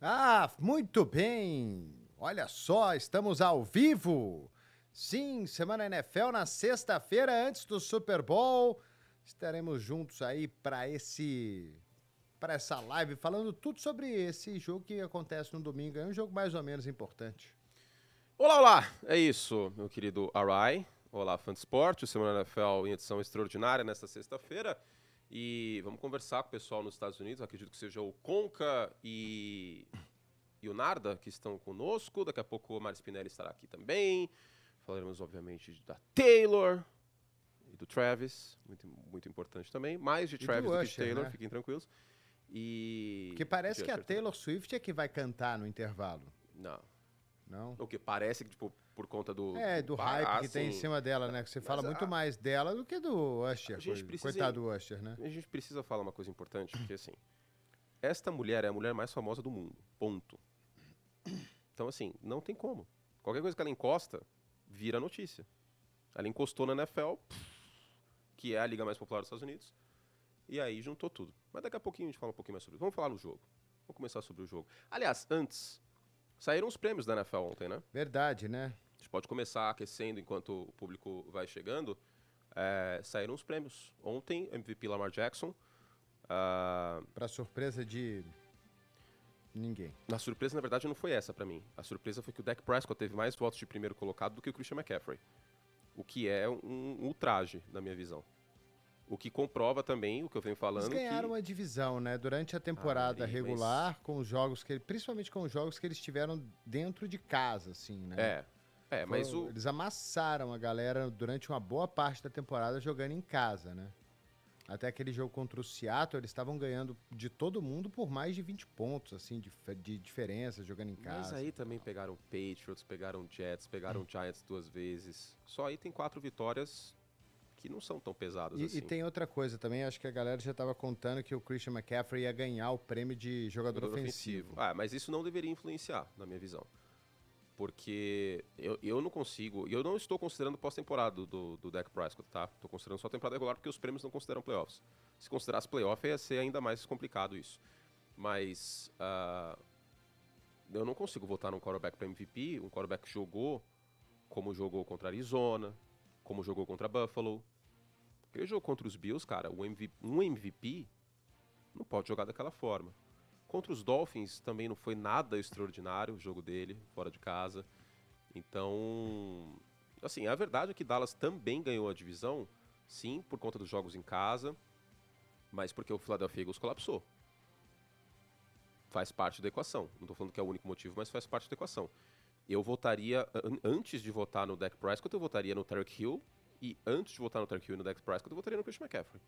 Ah, muito bem! Olha só, estamos ao vivo! Sim, Semana NFL na sexta-feira, antes do Super Bowl. Estaremos juntos aí para esse para essa live falando tudo sobre esse jogo que acontece no domingo. É um jogo mais ou menos importante. Olá, olá! É isso, meu querido Arai. Olá, fã de esporte. O Semana NFL em edição extraordinária nesta sexta-feira. E vamos conversar com o pessoal nos Estados Unidos. Acredito que seja o Conca e, e o Narda que estão conosco. Daqui a pouco o Mário Spinelli estará aqui também. Falaremos, obviamente, da Taylor e do Travis. Muito, muito importante também. Mais de E do Travis do, que de Usher, Taylor, né? fiquem tranquilos. E. Porque parece de que a Usher Taylor Swift é que vai cantar no intervalo, também. Não. não? O que parece que, tipo, por conta do. É, do hype que tem em assim, cima dela, né? Que você fala a- muito mais dela do que do Usher. a gente coi- precisa Coitado do Usher, né? A gente precisa falar uma coisa importante, porque assim, esta mulher é a mulher mais famosa do mundo. Ponto. Então, assim, não tem como. Qualquer coisa que ela encosta, vira notícia. Ela encostou na NFL, pff, que é a liga mais popular dos Estados Unidos, e aí juntou tudo. Mas daqui a pouquinho a gente fala um pouquinho mais sobre isso. Vamos falar do jogo. Vamos começar sobre o jogo. Aliás, antes, saíram os prêmios da NFL ontem, né? Verdade, né? A gente pode começar aquecendo enquanto o público vai chegando. É, saíram os prêmios. Ontem, MVP Lamar Jackson. Ah, Pra surpresa de ninguém. a surpresa, na verdade, não foi essa pra mim. A surpresa foi que o Dak Prescott teve mais votos de primeiro colocado do que o Christian McCaffrey. O que é um ultraje, na minha visão. O que comprova também o que eu venho Eles falando. ganharam que... uma divisão, né? Durante a temporada Maria, mas- regular, com os jogos que ele, principalmente com os jogos que eles tiveram dentro de casa, assim, né? um É. É, mas Foram- o, Eles amassaram a galera durante uma boa parte da temporada jogando em casa, né? Até aquele jogo contra o Seattle, eles estavam ganhando de todo mundo por mais de 20 pontos, assim, de, fe- de diferença, jogando em Mas casa. aí também pegaram Patriots, pegaram Jets, pegaram Giants duas vezes. Só aí tem quatro vitórias que não são tão pesadas E, assim. e tem outra coisa também, acho que a galera já estava contando que o Christian McCaffrey ia ganhar o prêmio de jogador, Jogador ofensivo. Ah, mas isso não deveria influenciar, na minha visão. Porque eu, eu não consigo, e eu não estou considerando pós-temporada do- do, do Dak Prescott, tá? Estou considerando só a temporada regular porque os prêmios não consideram playoffs. Se considerasse playoff, ia ser ainda mais complicado isso. Mas ah, eu não consigo votar num quarterback para MVP, um quarterback que jogou como jogou contra Arizona, como jogou contra Buffalo. Aquele jogo contra os Bills, cara, o MVP um MVP não pode jogar daquela forma. Contra os Dolphins também não foi nada extraordinário o jogo dele, fora de casa. Então, assim, a verdade é que Dallas também ganhou a divisão, sim, por conta dos jogos em casa, mas porque o Philadelphia Eagles colapsou. Faz parte da equação. Não tô falando que é o único motivo, mas faz parte da equação. Eu votaria, an- antes de votar no Dak Prescott, eu votaria no Tarek Hill. E antes de votar no Tarek Hill e no Dak Prescott, eu votaria no Christian McCaffrey.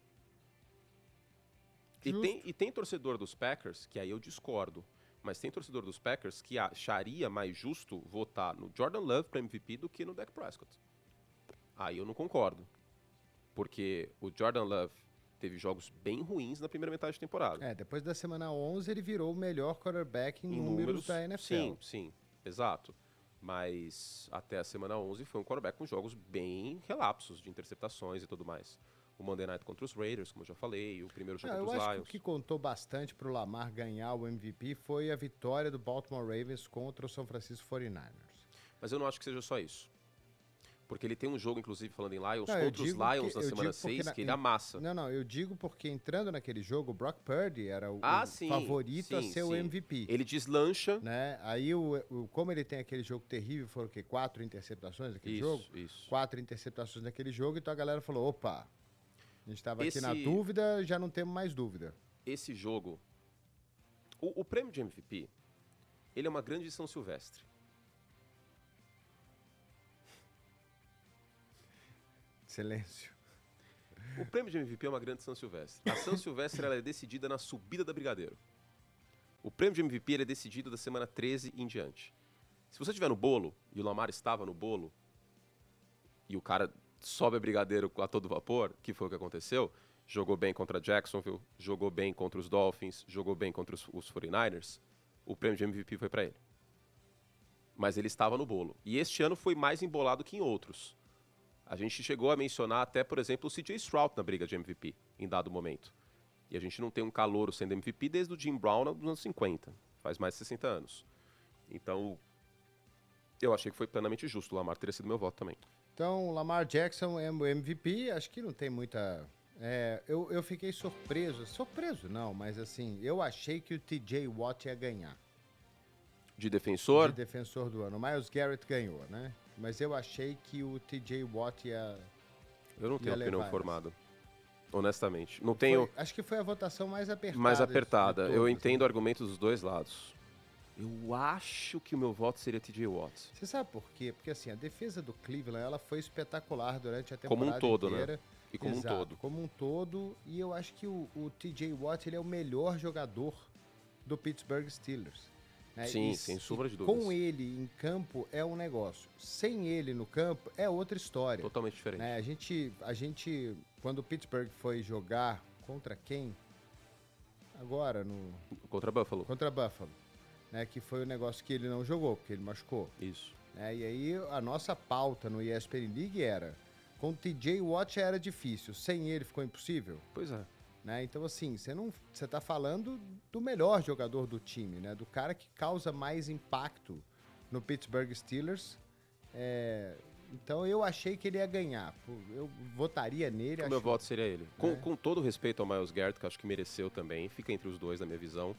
E Justo. tem, e tem torcedor dos Packers, que aí eu discordo, mas tem torcedor dos Packers que acharia mais justo votar no Jordan Love para MVP do que no Dak Prescott. Aí eu não concordo. Porque o Jordan Love teve jogos bem ruins na primeira metade da temporada. É, depois da semana 11 ele virou o melhor quarterback em, números, da NFL. Sim, sim, exato. Mas até a semana 11 foi um quarterback com jogos bem relapsos de interceptações e tudo mais. O Monday Night contra os Raiders, como eu já falei, o primeiro jogo Ah, eu contra os acho que o Lions. que contou bastante pro Lamar ganhar o MVP foi a vitória do Baltimore Ravens contra o São Francisco 49ers. Mas eu não acho que seja só isso. Porque ele tem um jogo, inclusive, falando em Lions, Não, Ah, eu contra os digo que- Lions eu na semana digo porque 6, na- que ele em- amassa. Não, não, eu digo porque entrando naquele jogo, o Brock Purdy era o, Ah, o sim, favorito a sim, ser o sim. MVP. Ele deslancha. Né? Aí, o, o- como ele tem aquele jogo terrível, foram o quê? Quatro interceptações naquele jogo? Isso, isso. Quatro interceptações naquele jogo, então a galera falou: opa, a gente estava aqui na Esse- dúvida, já não temos mais dúvida. esse jogo. O, o prêmio de MVP, ele é uma grande São Silvestre. Silêncio. O prêmio de MVP é uma grande São Silvestre. A São Silvestre ela é decidida na subida da Brigadeiro. O prêmio de MVP ele é decidido da semana 13 em diante. Se você estiver no bolo, e o Lamar estava no bolo, e o cara sobe a Brigadeiro a todo vapor, que foi o que aconteceu, jogou bem contra Jacksonville, jogou bem contra os Dolphins, jogou bem contra os, os 49ers, o prêmio de MVP foi para ele. Mas ele estava no bolo. E este ano foi mais embolado que em outros. A gente chegou a mencionar até, por exemplo, o CJ Stroud na briga de MVP, em dado momento. E a gente não tem um calouro sendo MVP desde o Jim Brown nos anos 50. Faz mais de 60 anos. Então, eu achei que foi plenamente justo. O Lamar teria sido meu voto também. Então, Lamar Jackson é o MVP, acho que não tem muita. é, eu, eu fiquei surpreso. Surpreso não, mas assim, eu achei que o TJ Watt ia ganhar De defensor, de defensor do ano. O Miles Garrett ganhou, né? Mas eu achei que o TJ Watt ia. eu não tenho ia opinião levar formada. Honestamente. Não tenho Foi- acho que foi a votação mais apertada. mais de- apertada. de eu todas, entendo né? argumentos dos dois lados. Eu acho que o meu voto seria TJ Watts. Você sabe por quê? Porque assim, a defesa do Cleveland ela foi espetacular durante a Como um temporada todo, né? inteira. E como Exato, um todo. Como um todo. E eu acho que o, o TJ Watt ele é o melhor jogador do Pittsburgh Steelers. né? Sim, E sem se- sombra de Com dúvidas. ele em campo é um negócio. Sem ele no campo é outra história. Totalmente diferente. né? A, gente, a gente, quando o Pittsburgh foi jogar contra quem? Agora, no, Contra Buffalo. contra Buffalo. Né? Que foi o negócio que ele não jogou, porque ele machucou. Isso. né? E aí a nossa pauta no ESPN League era: com o TJ Watt era difícil, sem ele ficou impossível. Pois é. né? Então, assim, você não. Você tá falando do melhor jogador do time, né? Do cara que causa mais impacto no Pittsburgh Steelers. É, então eu achei que ele ia ganhar. Pô, Eu votaria nele. O meu acho- voto seria ele. Com, É. com todo o respeito ao Miles Garrett, que eu acho que mereceu também, fica entre os dois na minha visão.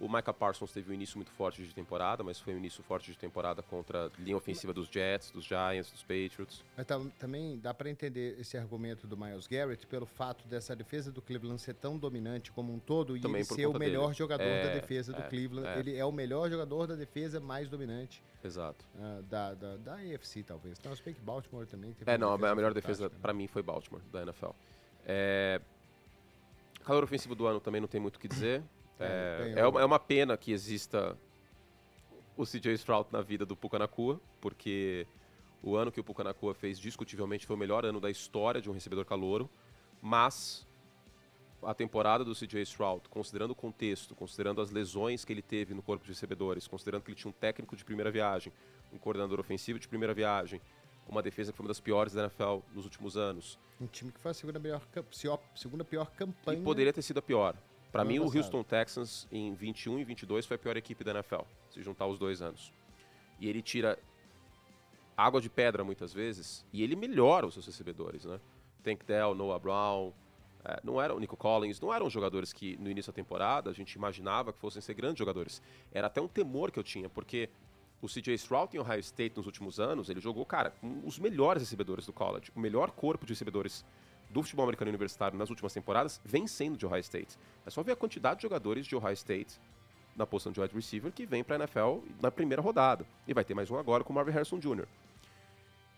O Micah Parsons teve um início muito forte de temporada, mas foi um início forte de temporada contra a linha ofensiva dos Jets, dos Giants, dos Patriots. Mas tam- também dá para entender esse argumento do Miles Garrett pelo fato dessa defesa do Cleveland ser tão dominante como um todo e Também ele por ser o conta dele. melhor jogador da É, defesa do é, Cleveland. é. Ele é o melhor jogador da defesa mais dominante Exato. ah, da, da, da AFC, talvez. Não, se bem que Baltimore também teve É, uma não, a melhor defesa fantástica, né? pra mim foi Baltimore, da NFL. É... Calor ofensivo do ano também não tem muito o que dizer. É, não É, tem é o- uma, é uma pena que exista o CJ Stroud na vida do Pucanacua, porque o ano que o Pucanacua fez discutivelmente foi o melhor ano da história de um recebedor calouro, mas a temporada do CJ Stroud, considerando o contexto, considerando as lesões que ele teve no corpo de recebedores, considerando que ele tinha um técnico de primeira viagem, um coordenador ofensivo de primeira viagem, uma defesa que foi uma das piores da NFL nos últimos anos, Um time que foi a segunda, melhor, cam- se- ó, segunda pior e campanha. poderia ter sido a pior. Para Ano mim, passado. o Houston Texans em 21 e 22 foi a pior equipe da NFL, se juntar os dois anos. E ele tira água de pedra muitas vezes e ele melhora os seus recebedores, né? Tank Dell, Noah Brown, eh, não eram Nico Collins, não eram jogadores que no início da temporada a gente imaginava que fossem ser grandes jogadores. Era até um temor que eu tinha, porque o CJ Stroud em Ohio State nos últimos anos, ele jogou, cara, com os melhores recebedores do college, o melhor corpo de recebedores do futebol americano universitário nas últimas temporadas, vem sendo de Ohio State. É só ver a quantidade de jogadores de Ohio State na posição de wide receiver que vem para a NFL na primeira rodada. E vai ter mais um agora com o Marvin Harrison Jr.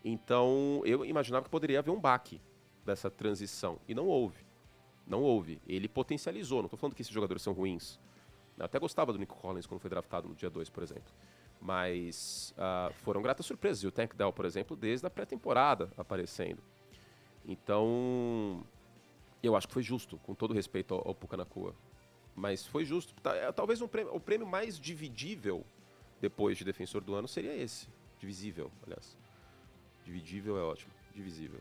Então, eu imaginava que poderia haver um baque dessa transição. E não houve. Não houve. Ele potencializou. Não tô falando que esses jogadores são ruins. Eu até gostava do Nico Collins quando foi draftado no dia 2, por exemplo. Mas ah, foram gratas surpresas. E o Tank Dell, por exemplo, desde a pré-temporada aparecendo. Então, eu acho que foi justo, com todo respeito ao, ao Pucanacua. Mas foi justo. Ta- é, Talvez um prêmio- o prêmio mais dividível depois de Defensor do Ano seria esse. Divisível, aliás. Dividível é ótimo. Divisível.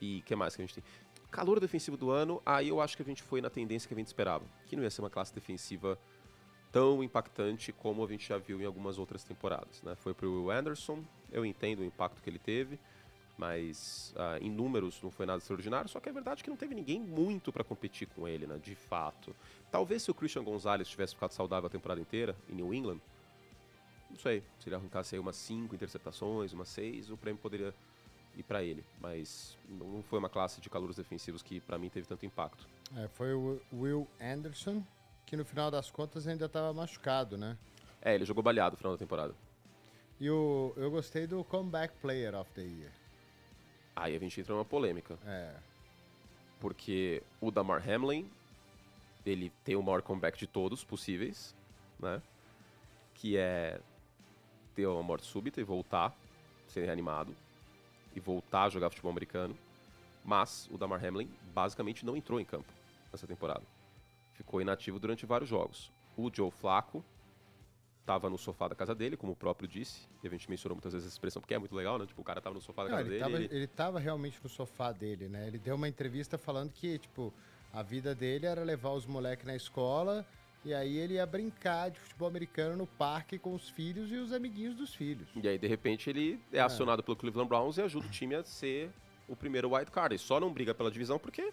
E o que mais que a gente tem? Calor defensivo do ano, aí eu acho que a gente foi na tendência que a gente esperava. Que não ia ser uma classe defensiva tão impactante como a gente já viu em algumas outras temporadas. Né? Foi pro Will Anderson, eu entendo o impacto que ele teve, mas ah, em números não foi nada extraordinário, só que é verdade que não teve ninguém muito para competir com ele, né? de fato. Talvez se o Christian Gonzalez tivesse ficado saudável a temporada inteira em New England, não sei, se ele arrancasse aí umas 5 interceptações, umas 6, o prêmio poderia ir para ele, mas não não foi uma classe de calouros defensivos que para mim teve tanto impacto. É, foi o Will Anderson, que no final das contas ainda estava machucado, né? É, ele jogou baleado no final da temporada. E o, eu gostei do Comeback Player of the Year. Aí a gente entra numa polêmica. É. porque o Damar Hamlin, ele tem o maior comeback de todos possíveis, né? Que é ter uma morte súbita e voltar, ser reanimado, e voltar a jogar futebol americano. Mas o Damar Hamlin basicamente não entrou em campo nessa temporada. Ficou inativo durante vários jogos. O Joe Flacco estava no sofá da casa dele, como o próprio disse, e a gente mencionou muitas vezes essa expressão, porque é muito legal, né? Tipo, o cara tava no sofá da Não, ele, casa dele. estava ele- realmente no sofá dele, né? Ele deu uma entrevista falando que, tipo, a vida dele era levar os moleques na escola E aí ele ia brincar de futebol americano no parque com os filhos e os amiguinhos dos filhos. E aí, de repente, ele é acionado pelo Cleveland Browns e ajuda o time a ser o primeiro wild card. E só não briga pela divisão porque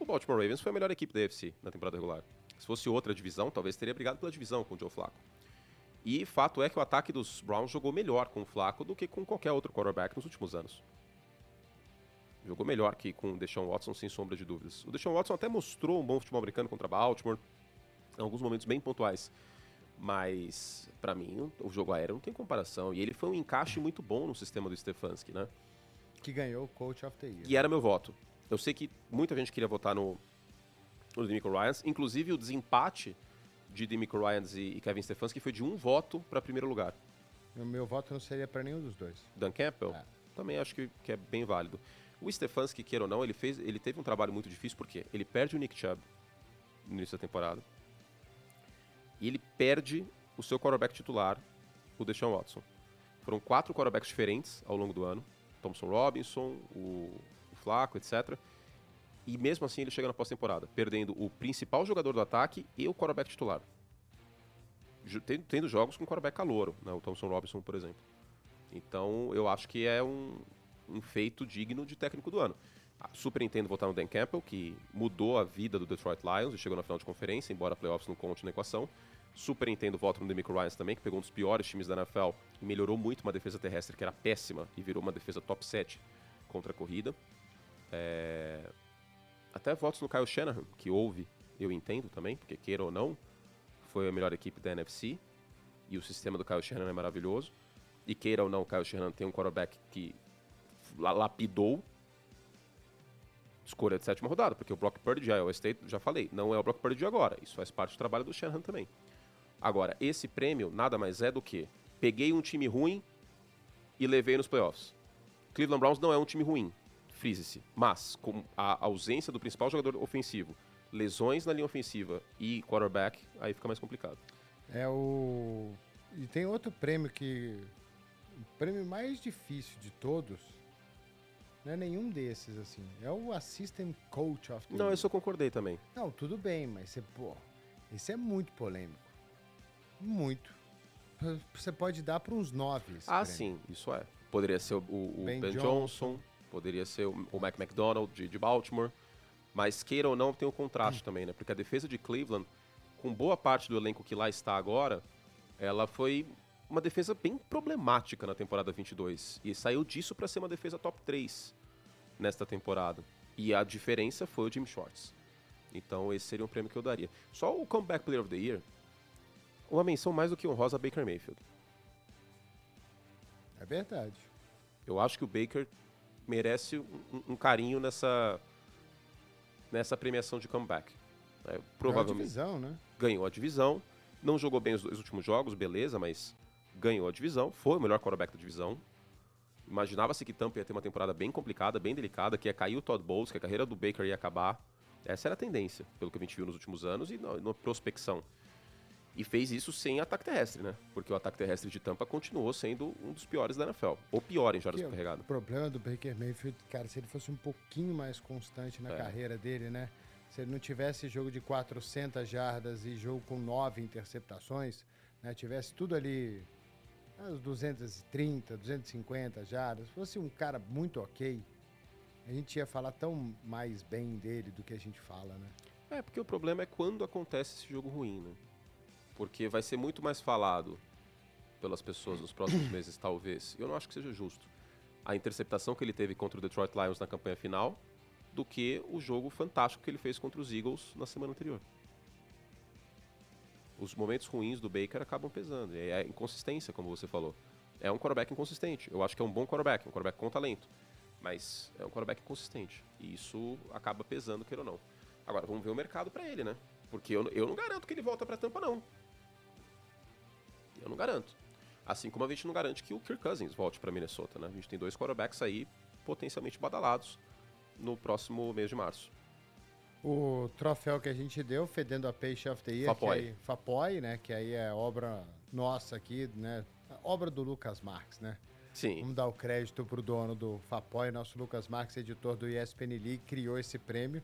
o Baltimore Ravens foi a melhor equipe da AFC na temporada regular. Se fosse outra divisão, talvez teria brigado pela divisão com o Joe Flacco. E fato é que o ataque dos Browns jogou melhor com o Flacco do que com qualquer outro quarterback nos últimos anos. Jogou melhor que com o Deshaun Watson, sem sombra de dúvidas. O Deshaun Watson até mostrou um bom futebol americano contra Baltimore, em alguns momentos bem pontuais. Mas, para mim, o jogo aéreo não tem comparação. E ele foi um encaixe muito bom no sistema do Stefanski, né? Que ganhou o Coach of the Year. E era meu voto. Eu sei que muita gente queria votar no, no Demico Ryans. Inclusive, o desempate de Demico Ryans e, e Kevin Stefanski foi de um voto para primeiro lugar. O meu voto não seria pra nenhum dos dois. Dan Campbell? É. Também acho que, que é bem válido. O Stefanski, queira ou não, ele, fez, ele teve um trabalho muito difícil, porque ele perde o Nick Chubb no início da temporada. E ele perde o seu quarterback titular, o Deshaun Watson. Foram quatro quarterbacks diferentes ao longo do ano. Thompson Robinson, o, o Flaco, etc. E mesmo assim ele chega na pós-temporada, perdendo o principal jogador do ataque e o quarterback titular. Ju- ten- Tendo jogos com quarterback calouro, né? o Thompson Robinson, por exemplo. Então, eu acho que é um, um feito digno de técnico do ano. Ah, Super entendo votar no Dan Campbell, que mudou a vida do Detroit Lions e chegou na final de conferência, embora playoffs não conte na equação. Super entendo voto no Demico Ryans também, que pegou um dos piores times da NFL e melhorou muito uma defesa terrestre que era péssima e virou uma defesa top 7 contra a corrida. É, Até votos no Kyle Shanahan, que houve, eu entendo também, porque queira ou não, foi a melhor equipe da NFC e o sistema do Kyle Shanahan é maravilhoso. E queira ou não, o Kyle Shanahan tem um quarterback que la- lapidou escolha de sétima rodada, porque o Brock Purdy de Iowa State, já falei, não é o Brock Purdy de agora. Isso faz parte do trabalho do Shanahan também. Agora, esse prêmio nada mais é do que peguei um time ruim e levei nos playoffs. Cleveland Browns não é um time ruim, frise-se. Mas, com a ausência do principal jogador ofensivo, lesões na linha ofensiva e quarterback, aí fica mais complicado. É o. E tem outro prêmio que. O prêmio mais difícil de todos. Não é nenhum desses, assim. É o Assistant Coach of the Não, Year. isso eu concordei também. Não, tudo bem, mas você, pô, esse é muito polêmico. Muito. P- Você pode dar para uns nove. esse Ah, prêmio. sim, isso é. Poderia ser o, o Ben Ben, Johnson, poderia ser o, o Mac McDonald de, de Baltimore. Mas queira ou não, tem o contraste também, né? Porque a defesa de Cleveland, com boa parte do elenco que lá está agora, ela foi uma defesa bem problemática na temporada 22. E saiu disso para ser uma defesa top 3 nesta temporada. E a diferença foi o Jim Schwartz. Então esse seria um prêmio que eu daria. Só o Comeback Player of the Year, uma menção mais do que honrosa a Baker Mayfield. É verdade. Eu acho que o Baker merece um, um carinho nessa nessa premiação de comeback. É, É uma provavelmente divisão, né? ganhou a divisão, não jogou bem os dois últimos jogos, beleza, mas ganhou a divisão, foi o melhor quarterback da divisão. Imaginava-se que Tampa ia ter uma temporada bem complicada, bem delicada, que ia cair o Todd Bowles, que a carreira do Baker ia acabar. Essa era a tendência, pelo que a gente viu nos últimos anos e na, na prospecção. E fez isso sem ataque terrestre, né? Porque o ataque terrestre de Tampa continuou sendo um dos piores da NFL. Ou pior em jardas Que é por carregada. o problema do Baker Mayfield, cara, se ele fosse um pouquinho mais constante na É. carreira dele, né? Se ele não tivesse jogo de 400 jardas e jogo com nove interceptações, né? Tivesse tudo ali, ah, as 230, 250 jardas, fosse um cara muito ok, a gente ia falar tão mais bem dele do que a gente fala, né? É, porque o problema é quando acontece esse jogo ruim, né? Porque vai ser muito mais falado pelas pessoas nos próximos meses, talvez. Eu não acho que seja justo. A interceptação que ele teve contra o Detroit Lions na campanha final do que o jogo fantástico que ele fez contra os Eagles na semana anterior. Os momentos ruins do Baker acabam pesando. É a inconsistência, como você falou. É um quarterback inconsistente. Eu acho que é um bom quarterback, um quarterback com talento. Mas é um quarterback inconsistente. E isso acaba pesando, queira ou não. Agora, vamos ver o mercado pra ele, né? Porque eu, eu não garanto que ele volta pra tampa, não. Eu não garanto. Assim como a gente não garante que o Kirk Cousins volte pra Minnesota, né? A gente tem dois quarterbacks aí potencialmente badalados no próximo mês de março. O troféu que a gente deu, Fedendo a Peixe of the Year, Fapoi. Que aí, Fapoi, né? Que aí é obra nossa aqui, né? Obra do Lucas Marx, né? Sim. Vamos dar o crédito pro dono do Fapoi, nosso Lucas Marques, editor do ESPN League, criou esse prêmio.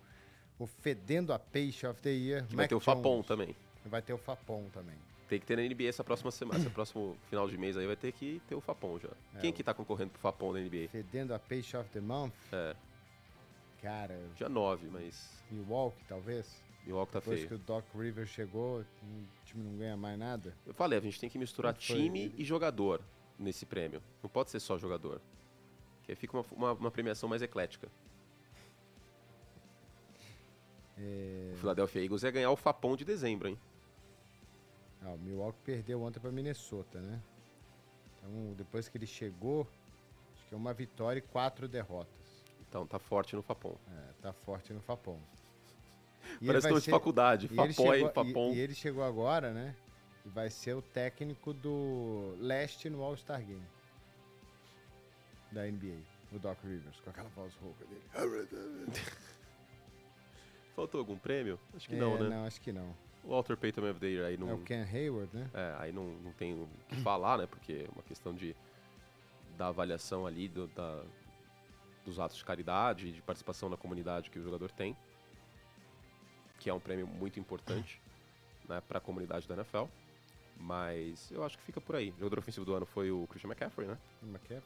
O Fedendo a Peixe of the Year. Que vai Mac ter o tá? Fapom Jones. também. Vai ter o Fapom também. Tem que ter na NBA essa próxima semana, esse próximo final de mês aí vai ter que ter o Fapom já. É, Quem o- que tá concorrendo pro Fapom na NBA? Fedendo a Peixe of the Month. É, Cara, dia 9, mas Milwaukee, talvez. Milwaukee tá Depois feio. que o Doc Rivers chegou, o time não ganha mais nada. Eu falei, a gente tem que misturar Não foi time ele. e jogador nesse prêmio. Não pode ser só jogador. Que aí fica uma, uma- uma premiação mais eclética. É. O Philadelphia Eagles ia ganhar o Fapom de dezembro, hein? Ah, o Milwaukee perdeu ontem pra Minnesota, né? Então, depois que ele chegou, acho que é uma vitória e quatro derrotas. Então tá forte no Fapom. É, tá forte no Fapom. E ele Parece vai que de ser- faculdade. e ele chegou- Fapoi, e- Fapom. E, ele chegou agora, né? E vai ser o técnico do leste no All-Star Game. Da NBA. O Doc Rivers, com aquela voz rouca dele. Faltou algum prêmio? Acho que É, não, né? Não, acho que não. O Walter Payton of the Year aí não, É o Ken Hayward, né? É, aí não, não tem o que falar, né? Porque é uma questão de da avaliação ali do- da, dos atos de caridade, de participação na comunidade que o jogador tem, que é um prêmio muito importante né, para a comunidade da NFL. Mas eu acho que fica por aí. O jogador ofensivo do ano foi o Christian McCaffrey, né? Como é que é?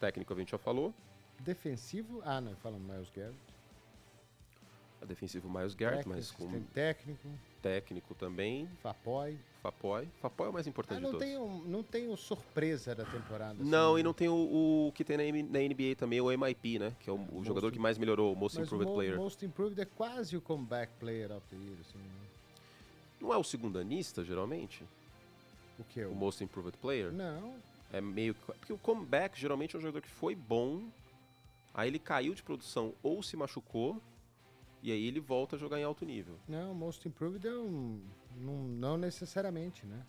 Técnico a gente já falou. Defensivo? Ah, não, falando Miles Garrett. A defensivo Miles Garrett, mas Técnico, com assistente técnico, técnico também. Fapoi. Fapoi. Fapoi é o mais importante Ah, de não todos. tem, um, não tem o surpresa da temporada. Não, assim, e não tem o, o que tem na, M- na NBA também, o MIP, né? Que é o, o jogador que mais melhorou, o Most Mas o Improved mo- Player. Most Improved é quase o comeback player of the year, assim, né? Não é o segundanista, geralmente? O que eu? O Most Improved Player? Não, É meio que... Porque o comeback, geralmente, é um jogador que foi bom, aí ele caiu de produção ou se machucou, e aí ele volta a jogar em alto nível. não, Most Improved é um. Não, não necessariamente, né?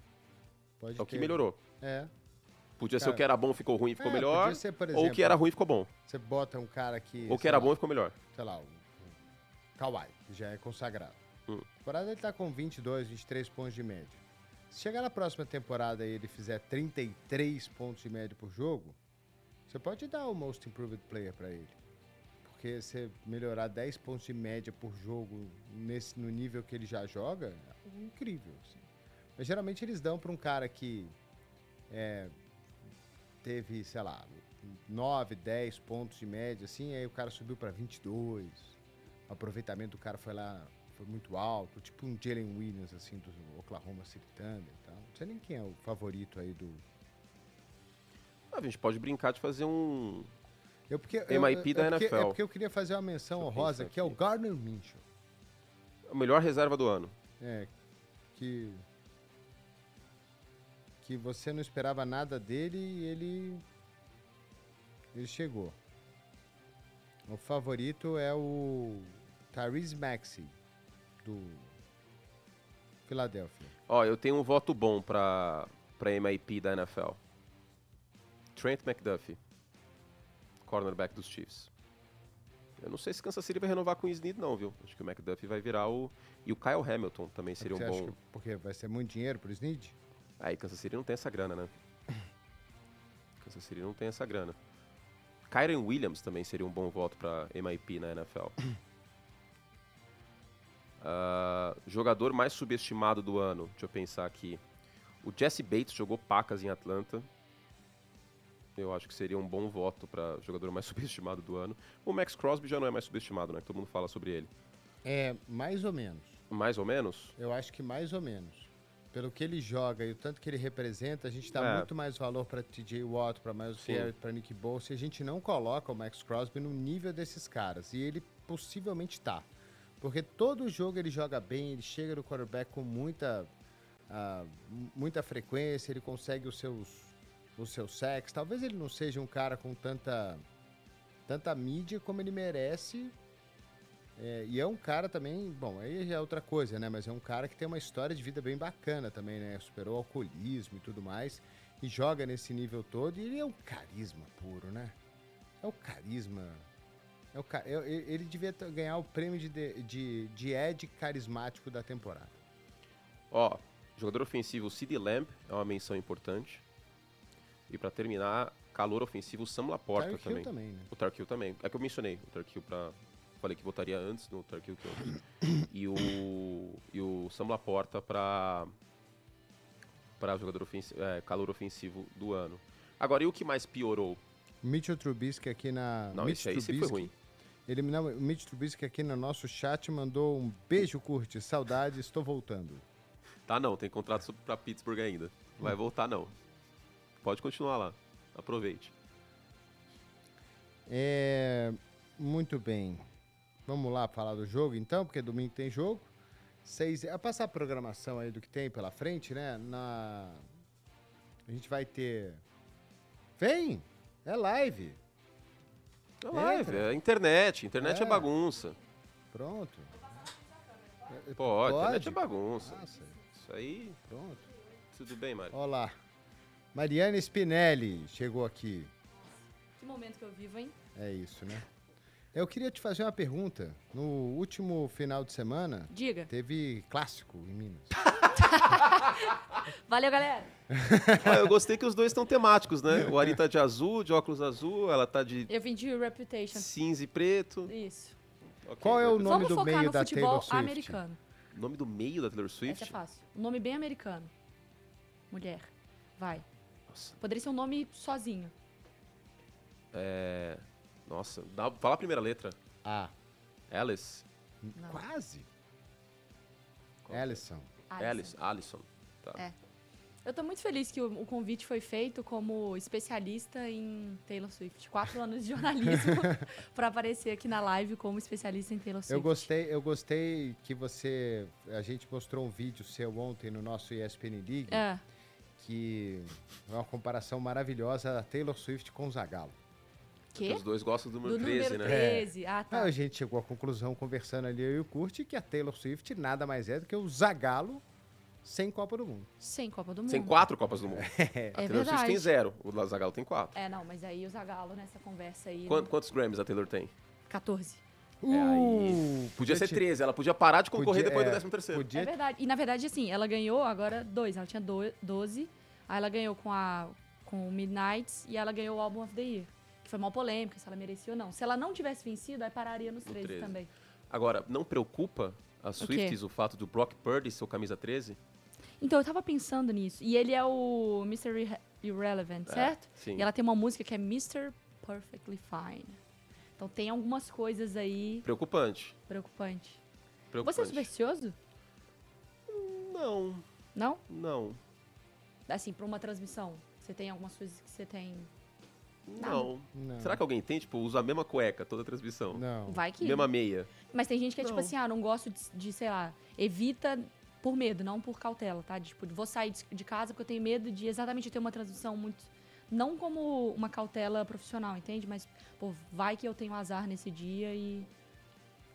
Pode É o que ter- melhorou. É. Podia ser Cara, o que era bom, ficou ruim, ficou É, melhor. podia ser, por ou o que era exemplo, ruim, ficou bom. Você bota um cara que. ou o que sei era lá, bom, ficou melhor. Sei lá, o, o Kawhi, que já é consagrado. Hum. Temporada ele tá com 22, 23 pontos de média. Se chegar na próxima temporada e ele fizer 33 pontos de média por jogo, você pode dar o Most Improved Player pra ele. Porque você melhorar 10 pontos de média por jogo nesse, no nível que ele já joga, é algo incrível. assim. Mas geralmente eles dão pra um cara que é, teve, sei lá, 9, 10 pontos de média, assim, aí o cara subiu pra 22. O aproveitamento do cara foi lá, foi muito alto, tipo um Jalen Williams, assim, do Oklahoma City Thunder e tal. Não sei nem quem é o favorito aí do... Ah, a gente pode brincar de fazer um... Eu, porque, MIP eu, da é porque, NFL. É porque eu queria fazer uma menção Deixa eu honrosa, pensar que é o aqui. Gardner Minshew. A melhor reserva do ano. É, que... Que você não esperava nada dele e ele... Ele chegou. O favorito é o Tyrese Maxey, do Philadelphia. Ó, eu tenho um voto bom pra, pra MIP da NFL. Trent McDuffie, cornerback dos Chiefs. Eu não sei se Kansas City vai renovar com o Snead, não, viu? Acho que o McDuffie vai virar o. E o Kyle Hamilton também seria um Você acha bom. que- porque vai ser muito dinheiro pro Snead? Aí Kansas City não tem essa grana, né? Kansas City não tem essa grana. Kyron Williams também seria um bom voto pra MIP na NFL. Ah, jogador mais subestimado do ano, deixa eu pensar aqui. O Jesse Bates jogou pacas em Atlanta. Eu acho que seria um bom voto pra jogador mais subestimado do ano. O Max Crosby já não é mais subestimado, né? Que todo mundo fala sobre ele. É, mais ou menos. Mais ou menos? Eu acho que mais ou menos. Pelo que ele joga e o tanto que ele representa, a gente dá É. muito mais valor para TJ Watt, para Miles Sim. Garrett, para Nick Bolsa, e a gente não coloca o Max Crosby no nível desses caras. E ele possivelmente tá. Porque todo jogo ele joga bem, ele chega no quarterback com muita, ah, m- muita frequência, ele consegue os seus, os seus sacks. Talvez ele não seja um cara com tanta, tanta mídia como ele merece, é, e é um cara também, bom, aí já é outra coisa, né? Mas é um cara que tem uma história de vida bem bacana também, né? Superou o alcoolismo e tudo mais. E joga nesse nível todo. E ele é um carisma puro, né? É o carisma. É o ca- é- é- Ele devia ter- ganhar o prêmio de, de, de, de Ed carismático da temporada. Ó, jogador ofensivo CeeDee Lamb é uma menção importante. E pra terminar, calor ofensivo Sam Laporta Tyreek Hill também. também, né? O Tarkill também. É que eu mencionei o Tarkill pra Falei que votaria antes no Turkey Hill e o E o Sam Laporta para para jogador ofensivo, é, calor ofensivo do ano. Agora, e o que mais piorou? Mitchell Trubisky aqui na. Não, Mitch isso aí sempre foi ruim. Ele, não, o Mitch Trubisky aqui no nosso chat mandou um beijo, curte, saudade, estou voltando. Tá não, tem contrato para Pittsburgh ainda. Vai Hum. voltar não. Pode continuar lá. Aproveite. É, muito bem. Vamos lá falar do jogo então, porque domingo tem jogo. Seis, a passar a programação aí do que tem pela frente, né? Na a gente vai ter Vem, é live. É live, é internet. Internet é, Então É. bagunça. Pronto. É, é, Pode, internet é bagunça. Nossa, Isso aí, pronto. tudo bem, Mário. Olá. Mariana Spinelli chegou aqui. Que momento que eu vivo, hein? É isso, né? Eu queria te fazer uma pergunta. No último final de semana, Diga. teve clássico em Minas. Valeu, galera. Ah, eu gostei que os dois estão temáticos, né? O Ari tá de azul, de óculos azul, ela tá de Eu vendi o Reputation. cinza e preto. Isso. Ok, Qual é o beleza. nome Vamos do focar meio no da Taylor futebol Swift. americano. nome do meio da Taylor Esse Swift? é fácil. Um nome bem americano. Mulher. Vai. Nossa, Poderia ser um nome sozinho. é... Nossa, dá- fala a primeira letra. Ah, Alice. Não. quase. Qual? Ellison. Alison. Alice. Alison. Tá. É. Eu tô muito feliz que o, o convite foi feito como especialista em Taylor Swift. Quatro anos de jornalismo pra aparecer aqui na live como especialista em Taylor Swift. Eu gostei, eu gostei que você. A gente mostrou um vídeo seu ontem no nosso ESPN League, É. que é uma comparação maravilhosa da Taylor Swift com o Zagallo. Quê? Os dois gostam do número Do 13, número né? 13. Ah, tá. Aí a gente chegou à conclusão, conversando ali, eu e o Kurt, que a Taylor Swift nada mais é do que o Zagallo sem Copa do Mundo. Sem Copa do Mundo. Tem quatro Copas do Mundo. É a Taylor Swift verdade. tem zero, o Lazagalo tem quatro. É, não, mas aí o Zagalo nessa conversa aí. Quant- né? Quantos Grammys a Taylor tem? 14. É, aí- Uh, Podia ser te- 13, ela podia parar de podia- concorrer depois é, do 13 terceiro. Podia É verdade. E na verdade, assim, ela ganhou agora dois. Ela tinha do- 12. Aí ela ganhou com a com o Midnights e ela ganhou o Album of the Year. Que foi uma polêmica, se ela merecia ou não. Se ela não tivesse vencido, aí pararia nos No 13, 13. também. Agora, não preocupa a quê? Swifties o fato do Brock Purdy ser o camisa 13? Então, eu tava pensando nisso. E ele é o Mr. Irre- Irrelevant, É, certo? sim. E ela tem uma música que é Mr. Perfectly Fine. Então tem algumas coisas aí Preocupante. preocupantes. Você é Preocupante. supersticioso? Não, Não? não, Assim, pra uma transmissão, você tem algumas coisas que você tem. não. Não. Será que alguém tem, tipo, usa a mesma cueca toda a transmissão? Não. Vai que. Mesma meia. Mas tem gente que é tipo Não. assim, ah, não gosto de, de, sei lá, evita por medo, não por cautela, tá? De, tipo, vou sair de, de casa porque eu tenho medo de exatamente ter uma transmissão muito. Não como uma cautela profissional, entende? Mas, pô, vai que eu tenho azar nesse dia e.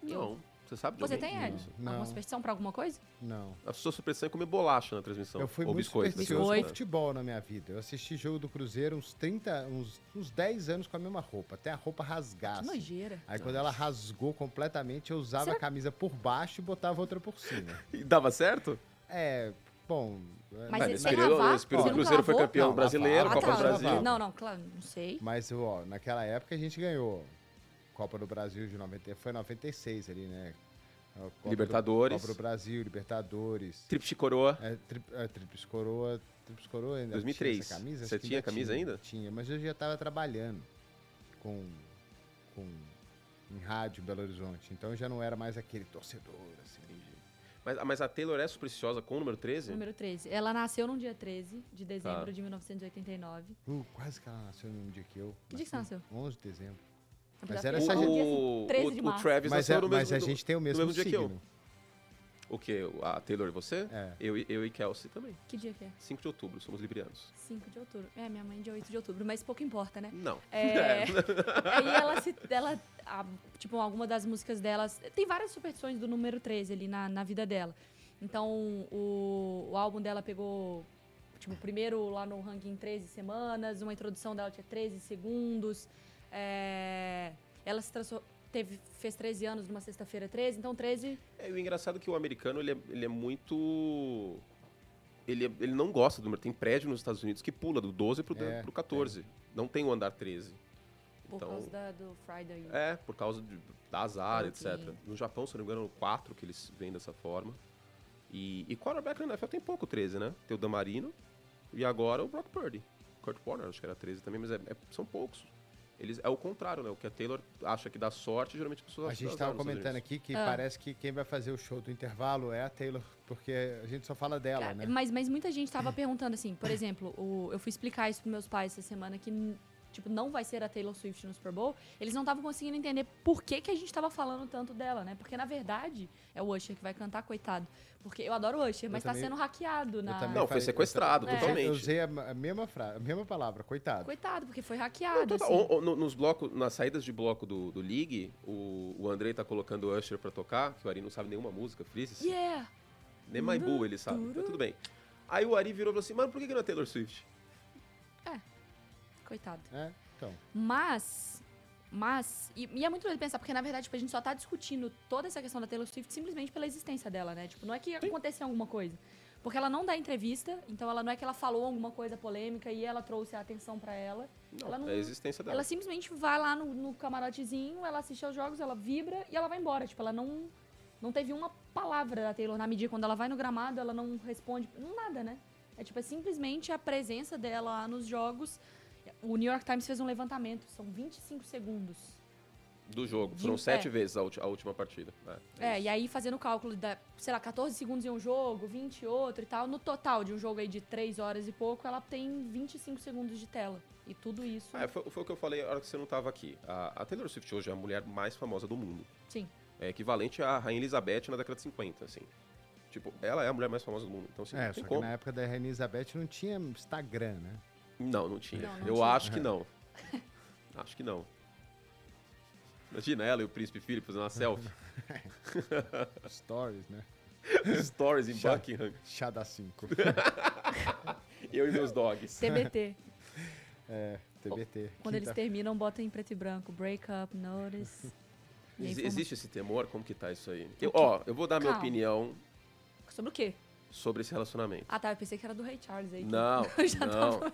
e eu- Não. Você sabe de Você alguém? tem, Ed? Não. Alguma superstição pra alguma coisa? Não. A sua superstição é comer bolacha na transmissão. Eu fui Então, ou muito biscoito. né? supersticioso com Biscoito. futebol na minha vida. Eu assisti jogo do Cruzeiro uns 30, uns, uns 10 anos com a mesma roupa, até a roupa Que Ah, rasgasse. nojeira. Aí quando ela rasgou completamente, eu usava a camisa por baixo e botava outra por cima. E dava certo? é, bom. é, Mas Ah, ele- nesse sem período, lavar, nesse período você o nunca Cruzeiro foi lavou? campeão Não, brasileiro, lavava. Copa do Ah, tá, Brasil. lavava. Não, não, claro, não sei. Mas, ó, naquela época a gente ganhou Copa do Brasil de 90, foi 96 ali, né? A Copa Libertadores. Do, Copa do Brasil, Libertadores. Tríplice coroa. É, tri, é, Tríplice Coroa. Tríplice Coroa ainda 2003. tinha essa camisa? Acho Você que tinha camisa ainda? Tinha, mas eu já tava trabalhando com, com, em rádio em Belo Horizonte. Então eu já não era mais aquele torcedor, assim. Mas, mas a Taylor é supersticiosa com o número 13? Número 13. Ela nasceu no dia 13 de dezembro Tá. de 1989. Uh, quase que ela nasceu no mesmo dia que eu. Que dia que você nasceu? 11 de dezembro. Na Mas verdade, era eu essa nasci no gente- um dia o, 13 o- é de o março. Travis Mas, nasceu é- no mas mesmo a do- gente tem o mesmo, mesmo dia que eu. signo. O quê? A Taylor e você? É. Eu, e- eu e Kelsey também. Que dia que é? 5 de outubro, somos librianos. 5 de outubro. É, minha mãe é dia 8 de outubro, mas pouco importa, né? Não. É. Aí ela se. Ela, a- tipo, alguma das músicas delas. Tem várias superstições do número 13 ali na, na vida dela. Então, o, o álbum dela pegou. Tipo, primeiro lá no ranking 13 semanas, uma introdução dela tinha 13 segundos. é, ela se transfor- Teve, fez 13 anos numa sexta-feira 13, então 13. É, e o engraçado é que o americano, ele é, ele é muito... Ele, é- ele não gosta do número. Tem prédio nos Estados Unidos que pula do 12 pro, É, pro 14. Não tem o andar 13. Por Então, causa da- do Friday. né? É, por causa de, da azar, Ok. etc. No Japão, se não me engano, quatro que eles vêm dessa forma. E, e quarterback na NFL tem pouco 13, né? Tem o Damarino e agora o Brock Purdy. Kurt Warner, acho que era 13 também, mas é- é- são poucos. Eles, é o contrário, né? O que a Taylor acha que dá sorte, geralmente as pessoas A acham gente que dá azar tava nos Estados comentando Unidos. aqui que Ah. parece que quem vai fazer o show do intervalo é a Taylor, porque a gente só fala dela, Cara, é né? mas, mas muita gente tava perguntando assim, por exemplo, o- eu fui explicar isso pros meus pais essa semana que n- tipo não vai ser a Taylor Swift no Super Bowl. Eles não estavam conseguindo entender por que, que a gente tava falando tanto dela, né? Porque na verdade é o Usher que vai cantar, coitado. Porque eu adoro o Usher, mas tá também- sendo hackeado na também Não, foi falei- eu sequestrado, ta- né, É. eu totalmente. usei a, a mesma frase, a mesma palavra, coitado. coitado, porque foi Não, hackeado. total- assim. o- o- no- nos blocos, nas saídas de bloco do, do League, o, o Andrei tá colocando o Usher pra tocar, que o Ari não sabe nenhuma música, Frizzes. assim. Yeah. Nem Maibu ele sabe, então tudo bem. Aí o Ari virou e falou assim, mano, por que que não é Taylor Swift? Coitado. É, então. Mas. Mas. E, e é muito doido pensar, porque na verdade tipo, a gente só tá discutindo toda essa questão da Taylor Swift simplesmente pela existência dela, né? Tipo, não é que aconteceu alguma coisa. Porque ela não dá entrevista, então ela não é que ela falou alguma coisa polêmica e ela trouxe a atenção pra ela. ela não. é a existência dela. Ela simplesmente vai lá no, no camarotezinho, ela assiste aos jogos, ela vibra e ela vai embora. Tipo, ela não. Não teve uma palavra da Taylor na medida quando ela vai no gramado, ela não responde não nada, né? É tipo, é simplesmente a presença dela lá nos jogos. O New York Times fez um levantamento, são 25 segundos. Do jogo. De- Foram é. sete vezes a, ulti- a última partida. né? É, e aí fazendo o cálculo da, sei lá, 14 segundos em um jogo, 20 em outro e tal, no total de um jogo aí de 3 horas e pouco, ela tem 25 segundos de tela. E tudo isso. Ah, foi, foi o que eu falei na hora que você não estava aqui. A, a Taylor Swift hoje é a mulher mais famosa do mundo. Sim. É equivalente à Rainha Elizabeth na década de 50, assim. Tipo, ela é a mulher mais famosa do mundo. Então, assim, É, só não tem que como. na época da Rainha Elizabeth não tinha Instagram, né? Não, não tinha. Não, não eu tinha. acho É. que não. acho que não. Imagina ela e o príncipe Philip fazendo uma selfie. Stories, né? Stories em Chato. Buckingham. Chá da 5. Eu e meus dogs. TBT. é, TBT. Quando eles Quinta- terminam, botam em preto e branco. Break up, notice. E aí Ex- forma- Existe esse temor? Como que tá isso aí? Eu, ó, eu vou dar minha Calma. opinião Sobre o quê? sobre esse relacionamento. Ah, tá. Eu pensei que era do Ray Charles aí. que- Não, já não. tava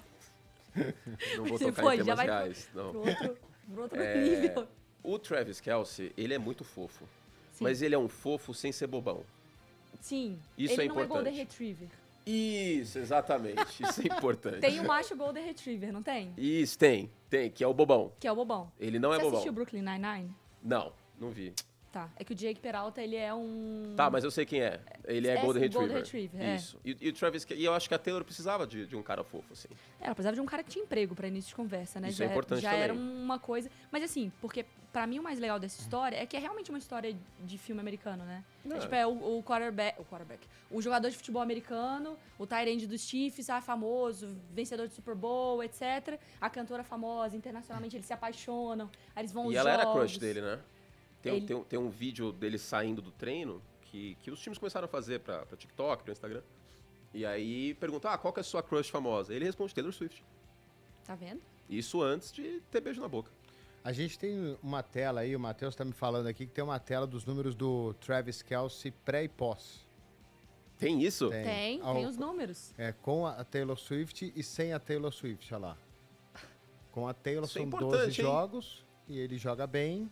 Não vou Você tocar foi, em já temas vai pro- reais, não. pro outro, pro outro É, nível. O Travis Kelce, ele é muito fofo. Sim. Mas ele é um fofo sem ser bobão. Sim. isso ele é não é Golden importante. Retriever. Isso, exatamente. Isso é importante. Tem o macho Golden Retriever, não tem? Isso, tem. Tem, que é o bobão. Que é o bobão. Ele não Você é bobão. assistiu Brooklyn Nine-Nine? Não, não vi. Tá. É que o Jake Peralta, ele é um... Tá, mas eu sei quem é. Ele é, É, Golden sim, Retriever. Golden Retriever, é. Isso. E, e o Travis Kelce, e eu acho que a Taylor precisava de, de um cara fofo, assim. Ela precisava de um cara que tinha emprego pra início de conversa, né? Isso já é era- importante já também. era uma coisa. Mas assim, porque pra mim o mais legal dessa história é que é realmente uma história de filme americano, né? Não. É, tipo, é o, o quarterback. O quarterback. O jogador de futebol americano, o Tyrande dos Chiefs, ah, famoso, vencedor de Super Bowl, etc. A cantora famosa, internacionalmente, eles se apaixonam, aí eles vão aos e ela era jogos. crush dele, né? Tem, um- Ele- tem, um- tem um vídeo dele saindo do treino que, que os times começaram a fazer pra, pra TikTok, pra Instagram. E aí perguntam, ah, qual que é a sua crush famosa? Ele responde Taylor Swift. Tá vendo? Isso antes de ter beijo na boca. A gente tem uma tela aí, o Matheus tá me falando aqui que tem uma tela dos números do Travis Kelce pré e pós. Tem isso? Tem. Tem, Ah, tem o- os números. É, com a Taylor Swift e sem a Taylor Swift, olha lá. Com a Taylor Isso é são 12 importante, hein? jogos e ele joga bem.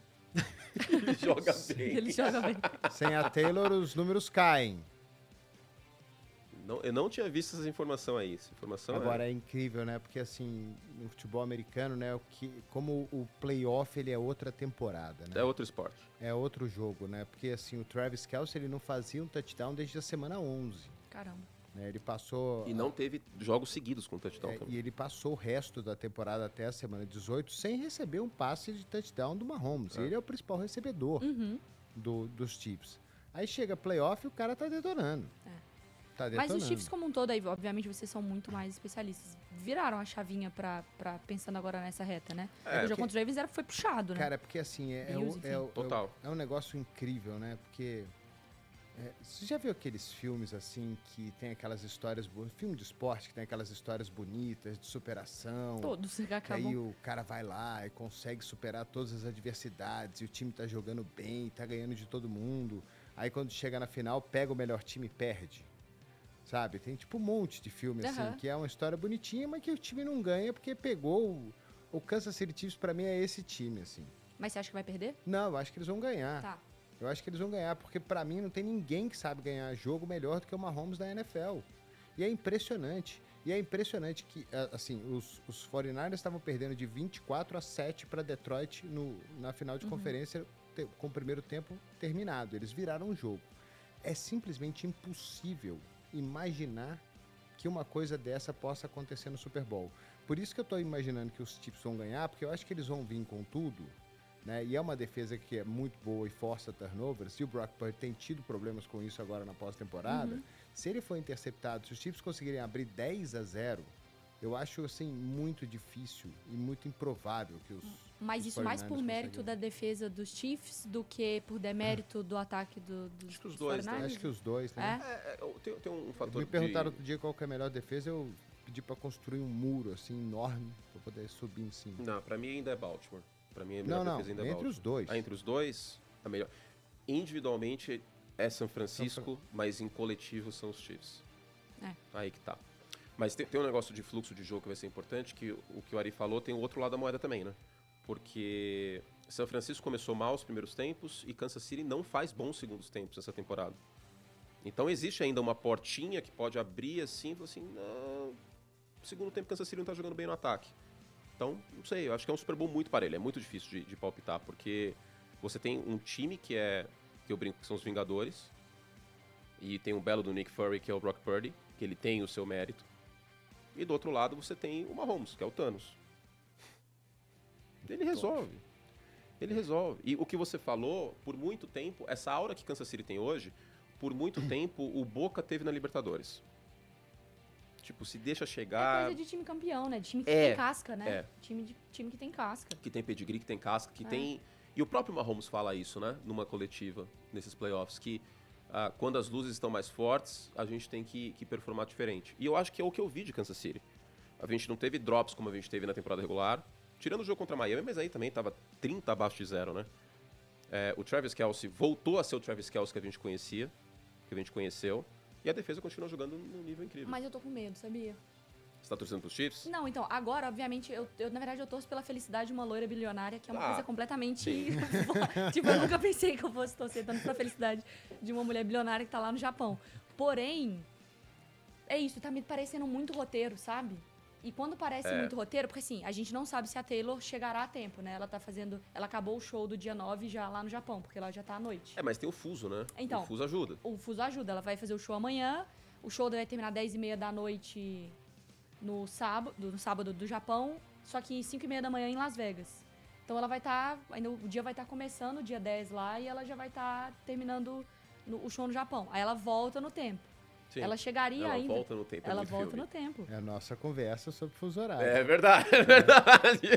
Ele joga bem. Ele joga bem. Sem a Taylor, os números caem. Não, eu não tinha visto essa informação aí. Essa informação é- Agora é incrível, né? Porque assim, no futebol americano, né, o que, como o playoff ele é outra temporada, é... né? outro esporte. É outro jogo, né? Porque assim, o Travis Kelce ele não fazia um touchdown desde a semana 11, Caramba. né? Ele passou E não teve jogos seguidos com touchdown é, também. e ele passou o resto da temporada até a semana 18 sem receber um passe de touchdown do Mahomes. É. Ele é o principal recebedor Uhum. do- dos Chiefs. Aí chega playoff e o cara tá detonando. Tá É. Mas detonando. os Chiefs como um todo, aí, obviamente, vocês são muito mais especialistas. Viraram a chavinha pra, pra pensando agora nessa reta, né? É, o jogo porque- contra o Ravens era, foi puxado, né? Cara, porque assim, é, é, Bills, o- é, o- é o- Total. é um negócio incrível, né? Porque. é, você já viu aqueles filmes assim que tem aquelas histórias. bo- Filme de esporte que tem aquelas histórias bonitas, de superação. Todos E acabam. aí o cara vai lá e consegue superar todas as adversidades, e o time tá jogando bem, tá ganhando de todo mundo. Aí quando chega na final, pega o melhor time e perde. Sabe? Tem tipo um monte de filme assim, Aham. que é uma história bonitinha, mas que o time não ganha porque pegou o, O Kansas City Chiefs, pra mim, é esse time, assim. Mas você acha que vai perder? Não, eu acho que eles vão ganhar. Tá. Eu acho que eles vão ganhar, porque pra mim não tem ninguém que sabe ganhar jogo melhor do que o Mahomes da NFL. E é impressionante. E é impressionante que, a- assim, os, os 49ers estavam perdendo de 24 a 7 para Detroit no, na final de conferência, te- com o primeiro tempo terminado. Eles viraram o jogo. É simplesmente impossível imaginar que uma coisa dessa possa acontecer no Super Bowl. Por isso que eu tô imaginando que os Chiefs vão ganhar, porque eu acho que eles vão vir com tudo, né? E é uma defesa que é muito boa e força turnovers. E o Brock Purdy tem tido problemas com isso agora na pós-temporada. Uhum. Se ele for interceptado, se os Chiefs conseguirem abrir 10 a 0, eu acho assim muito difícil e muito improvável que os Mas os isso mais por 49ers mérito conseguem. da defesa dos Chiefs do que por demérito do ataque do, dos, Acho que os dos dois, né? 49ers? Acho que os dois, né? Ah, É? É, é, eu- tem, tem um fator Me perguntaram de... outro dia qual que é a melhor defesa, eu pedi pra construir um muro assim enorme pra poder subir em cima. Não, pra mim ainda é Baltimore. Pra mim a Não, melhor não, defesa ainda é entre Baltimore. os dois. Ah, entre os dois, a melhor. Individualmente é São Francisco, mas em coletivo são os Chiefs. É. Aí que tá. Mas tem, tem um negócio de fluxo de jogo que vai ser importante, que o que o Ari falou tem o outro lado da moeda também, né? Porque São Francisco começou mal os primeiros tempos e Kansas City não faz bons segundos tempos essa temporada. Então existe ainda uma portinha que pode abrir assim, e falar assim, não, segundo tempo Kansas City não tá jogando bem no ataque. Então, não sei, eu acho que é um Super Bowl muito parelho, é muito difícil de, de palpitar, porque você tem um time que é, que eu brinco que são os Vingadores, e tem um belo do Nick Fury, que é o Brock Purdy, que ele tem o seu mérito, e do outro lado você tem o Mahomes, que é o Thanos. Ele resolve. Ele resolve. E o que você falou, por muito tempo, essa aura que Kansas City tem hoje, por muito tempo o Boca teve na Libertadores. Tipo, se deixa É chegar. Ah. coisa de time campeão, né? De time que É, tem casca, né? é. Time, de, time que tem casca. que tem pedigree, que tem casca, que É. tem. E o próprio Mahomes fala isso, né? Numa coletiva, nesses playoffs, que ah, quando as luzes estão mais fortes, a gente tem que, que performar diferente. E eu acho que é o que eu vi de Kansas City. A gente não teve drops como a gente teve na temporada regular, tirando o jogo contra Miami, mas aí também tava 30 abaixo de zero, né? É, o Travis Kelsey voltou a ser o Travis Kelsey que a gente conhecia, que a gente conheceu, e a defesa continua jogando num nível incrível. Mas eu tô com medo, sabia? Você tá torcendo pros Chiefs? Não, então, agora, obviamente, eu, eu, na verdade eu torço pela felicidade de uma loira bilionária, que é uma Ah, coisa completamente. sim. tipo, eu nunca pensei que eu fosse torcer tanto pra felicidade de uma mulher bilionária que tá lá no Japão. Porém, é isso, tá me parecendo muito roteiro, sabe? E quando parece É. muito roteiro, porque assim, a gente não sabe se a Taylor chegará a tempo, né? Ela tá fazendo. Ela acabou o show do dia 9 já lá no Japão, porque lá já tá à noite. É, mas tem o fuso, né? Então. O fuso ajuda. o Fuso ajuda. Ela vai fazer o show amanhã. O show deve terminar 10h30 da noite no sábado, no sábado do Japão. Só que 5h30 da manhã em Las Vegas. Então ela vai estar. ainda o dia vai estar começando, dia 10 lá, e ela já vai estar terminando no- o show no Japão. Aí ela volta no tempo. Sim. Ela chegaria Ela ainda. volta no tempo. é ela muito volta filme. no tempo. É a nossa conversa sobre fuso horário. É verdade, é verdade.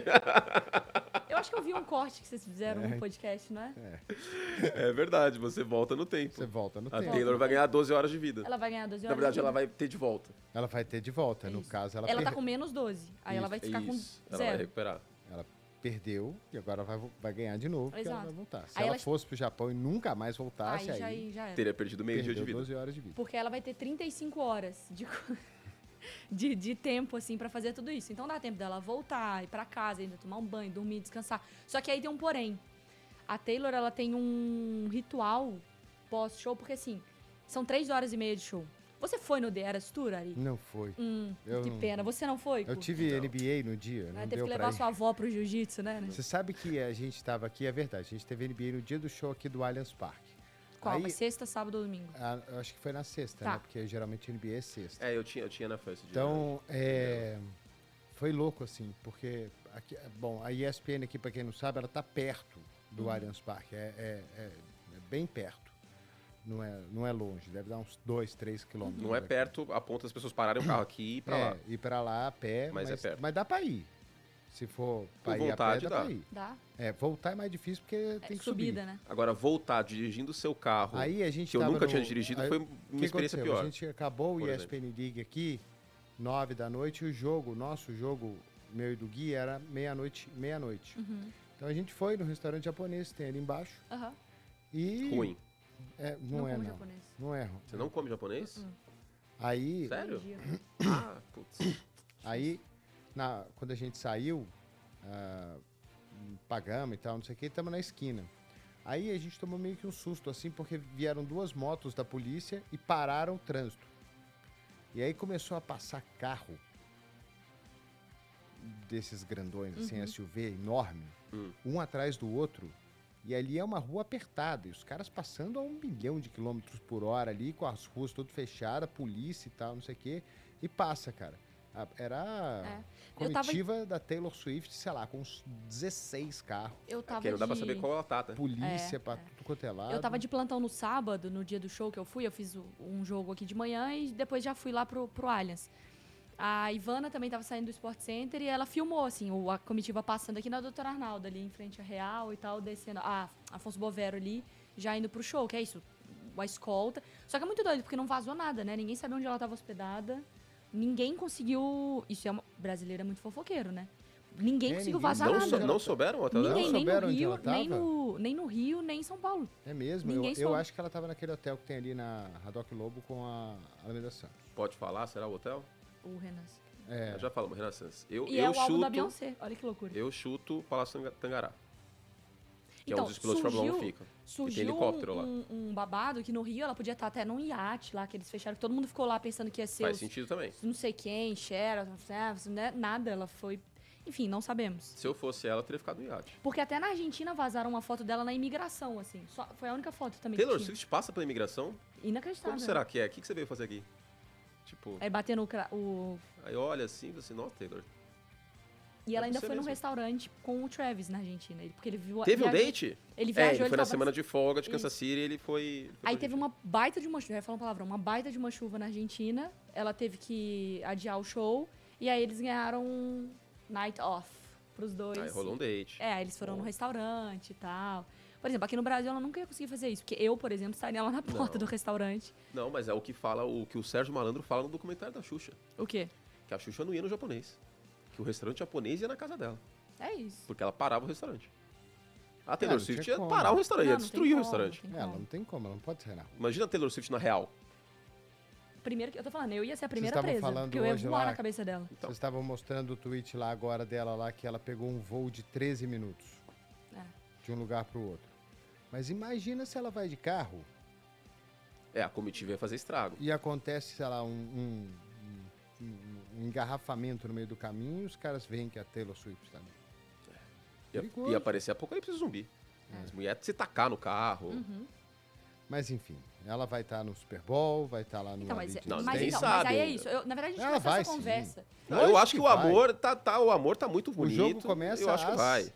Eu acho que eu vi um corte que vocês fizeram É. no podcast, não é? É verdade, você volta no Você tempo. volta no A tempo. Taylor vai ganhar 12 horas de vida. Ela vai ganhar 12 Na horas. verdade, de ela vida. vai ter de volta. Ela vai ter de volta. É no isso. caso, ela, Ela tá per- com menos 12. Aí ela vai ficar É Isso, com Ela vai zero. recuperar. ela perdeu e agora vai, vo- vai ganhar de novo. porque Ela Exato. vai voltar. Se Aí ela ela- fosse pro Japão e nunca mais Aí voltasse, aí, já, já era. Teria perdido meio dia perdeu de vida. 12 horas de vida. Porque ela vai ter 35 horas de, co- de, de tempo, assim, pra fazer tudo isso. Então dá tempo dela voltar, ir pra casa, ainda tomar um banho, dormir, descansar. Só que aí tem um porém. A Taylor, ela tem um ritual pós-show, porque assim, são 3 horas e meia de show. Você foi no The Eras Tour, Ari? Não foi. Hum, Eu que não- pena. Você não foi? Eu Cu? tive NBA no dia, Ela não teve deu que pra levar ir. sua avó pro jiu-jitsu, né? Você sabe que a gente tava aqui, é verdade, a gente teve NBA no dia do show aqui do Allianz Parque. Qual? Aí- Mas Sexta, sábado ou domingo? Ah, eu acho que foi na sexta, Tá. né? Porque geralmente NBA é sexta. É, eu tinha, eu tinha na festa de Então, é, foi louco, assim, porque, aqui- bom, a ESPN aqui, pra quem não sabe, ela tá perto do Uhum. Allianz Parque, é, é- é- é bem perto, não é, não é longe, deve dar uns 2, 3 quilômetros. Não é daqui. perto a ponto das pessoas pararem o carro aqui e ir pra é, lá. ir pra lá a pé, mas, Mas é perto. mas dá pra ir. Se for pra Com ir vontade, a pé, dá, pra dá. ir. Dá? É, voltar é mais difícil porque É, tem que subida, subir. né? Agora, voltar dirigindo o seu carro, Aí a gente que eu tava nunca no- tinha dirigido, aí- foi O uma que experiência aconteceu? pior. A gente acabou o por ESPN League aqui, 9 da noite, e o jogo, o nosso jogo, meu e do Gui, era meia-noite, meia-noite. Então a gente foi no restaurante japonês, tem ali embaixo, Aham. e... Ruim. É, não, é, como não. japonês. Não é ruim. Você não come japonês? Hum. Aí, Sério? Alergia. Ah, putz. aí na, quando a gente saiu, ah, pagamos e tal, não sei o que, e tamo na esquina. Aí a gente tomou meio que um susto, assim, porque vieram duas motos da polícia e pararam o trânsito. E aí começou a passar carro desses grandões, Uhum. assim, SUV enorme, Hum. um atrás do outro. E ali é uma rua apertada, e os caras passando a um milhão de quilômetros por hora ali, com as ruas todas fechadas, polícia e tal, não sei o quê. E passa, cara. A- Era a É. Eu tava- comitiva da Taylor Swift, sei lá, com uns 16 carros. Eu tava Porque não É, dá pra de- saber qual ela tá, né? Polícia pra tudo quanto é lado. Eu tava de plantão no sábado, no dia do show que eu fui, eu fiz o- um jogo aqui de manhã e depois já fui lá pro, pro Allianz. A Ivana também tava saindo do Sport Center e ela filmou, assim, o- a comitiva passando aqui na Doutora Arnaldo, ali em frente à Real e tal, descendo. A Afonso Bovero ali, já indo pro show, que é isso, uma escolta. Só que é muito doido, porque não vazou nada, né? Ninguém sabia onde ela tava hospedada. Ninguém conseguiu. Isso é uma. Brasileiro é muito fofoqueiro, né? Ninguém É, conseguiu ninguém- vazar Não, Zarada. sou- nada. não souberam o hotel dela? Ninguém, nem no, souberam onde ela Rio, nem, tava? no, nem no Rio, nem em São Paulo. É mesmo? Ninguém Eu, eu soube. acho que ela tava naquele hotel que tem ali na Radoc Lobo com a Alameda Santos. Pode falar, será o hotel? O Renas. É, Já falamos, Renaissance. Eu, E eu é o álbum da chuto. é Beyoncé. Olha que loucura. Eu chuto Palácio Tanga- Tangará. Que é Então, onde os pilotos de Fórmula 1 surgiu- ficam. Surgiu helicóptero lá. um, um babado que no Rio ela podia estar até num iate lá que eles fecharam. que Todo mundo ficou lá pensando que ia ser Faz os- sentido também. não sei quem, Sheraton, né? nada. Ela foi... Enfim, não sabemos. Se eu fosse ela, eu teria ficado no iate. Porque até na Argentina vazaram uma foto dela na imigração, assim. Só, foi a única foto também Taylor que tinha. Swift passa pela imigração? Inacreditável. Como será que é? O que que você veio fazer aqui? Tipo, Aí batendo o... cra- o- aí olha assim, assim, nossa, Taylor. E ela É ainda você foi num mesmo. restaurante com o Travis na Argentina. ele- Porque ele viu... Teve um viajou- date? Ele É, viajou, ele foi na tava- semana de folga de Kansas Isso. City e ele foi. ele foi pra Aí teve um Argentina. uma baita de uma chuva, eu ia falar uma palavra, uma baita de uma chuva na Argentina. Ela teve que adiar o show e aí eles ganharam um night off pros dois. Aí rolou um date. É, aí eles foram no Bom. restaurante e tal. Por exemplo, aqui no Brasil ela nunca ia conseguir fazer isso, porque eu, por exemplo, estaria lá na porta Não. do restaurante. Não, mas é o que fala, o que o Sérgio Malandro fala no documentário da Xuxa. O quê? Que a Xuxa não ia no japonês. Que o restaurante japonês ia na casa dela. É isso. Porque ela parava o restaurante. A Ah, Taylor não Swift tinha ia como. parar o restaurante, Não, ia não tem destruir o como, restaurante. não tem É, ela como. não tem como, ela não pode ser na rua. Imagina a Taylor Swift na real. Primeiro que eu tô falando, eu ia ser a primeira estavam presa, falando porque eu ia hoje voar lá- na cabeça dela. Então. Vocês estavam mostrando o tweet lá agora dela lá que ela pegou um voo de 13 minutos É. de um lugar pro outro. Mas imagina se ela vai de carro É, a comitiva ia fazer estrago. e acontece, sei lá, um, um- um- um- um engarrafamento no meio do caminho e os caras veem que é a Taylor Swift está ali. Ia, Perigoso. ia aparecer apocalipse zumbi. As mulheres se tacar no carro. Uhum. Mas enfim, ela vai estar no Super Bowl, vai estar lá no Então, mas, Allegiant Não, mas Stadium. nem então, mas sabe aí é ainda. isso. Eu- na verdade, a gente Ela começou Ah, vai essa sim. conversa. Não, eu Lógico acho que, que o vai. amor tá, tá- o amor tá muito jogo bonito. começa Eu acho que às vai.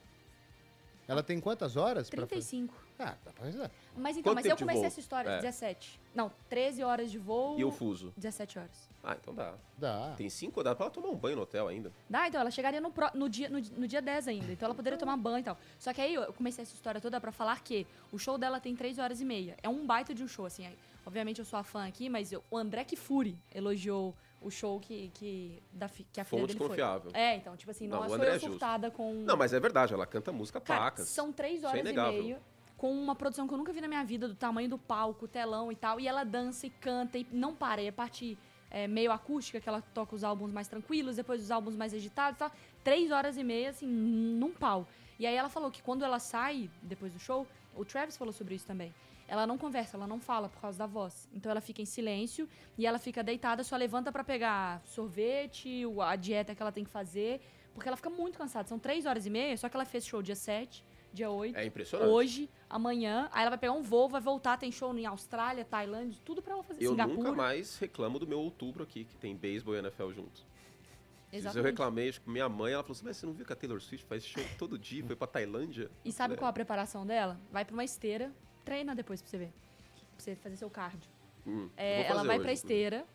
Ela tem quantas horas? pra fazer? 35. Ah, dá pra fazer. Mas então, Quanto mas tempo eu de comecei voo? essa história, É. 17. Não, 13 horas de voo. E o fuso. 17 horas. Ah, então dá. Dá. Tem cinco, dá pra ela tomar um banho no hotel ainda. Dá, então, ela chegaria no, pró- no dia, no, di- no dia 10 ainda. Então ela poderia tomar banho e tal. Só que aí eu comecei essa história toda pra falar que o show dela tem 3 horas e meia. É um baita de um show, assim. aí, obviamente eu sou a fã aqui, mas eu- o André Kifuri elogiou o show que, que, da, fi- que a filha Fonte dele confiável. foi. É, então, tipo assim, não, Não, o sou André é eu justo. surtada com... Não, mas é verdade, ela canta música Cara, pacas. são três Isso é horas e inegável. meia com uma produção que eu nunca vi na minha vida, do tamanho do palco, telão e tal. E ela dança e canta e não para. E a parte é, meio acústica, que ela toca os álbuns mais tranquilos, depois os álbuns mais agitados e tal. Três horas e meia, assim, num pau. E aí ela falou que quando ela sai, depois do show, o Travis falou sobre isso também. Ela não conversa, ela não fala por causa da voz. Então ela fica em silêncio e ela fica deitada, só levanta pra pegar sorvete, o- a dieta que ela tem que fazer, porque ela fica muito cansada. São três horas e meia, só que ela fez show dia 7, dia 8, É impressionante. hoje, amanhã. Aí ela vai pegar um voo, vai voltar, tem show em Austrália, Tailândia, tudo pra ela fazer. eu Singapura. nunca mais reclamo do meu outubro aqui, que tem beisebol e NFL juntos. Mas eu Exatamente. reclamei acho que com minha mãe, ela falou assim, mas você não viu que a Taylor Swift faz show todo dia, foi pra Tailândia? E sabe Eu qual falei, a preparação dela? Vai pra uma esteira, treina depois pra você ver. Pra você fazer seu cardio. hum, É, vou ela fazer vai hoje, pra inclusive. esteira.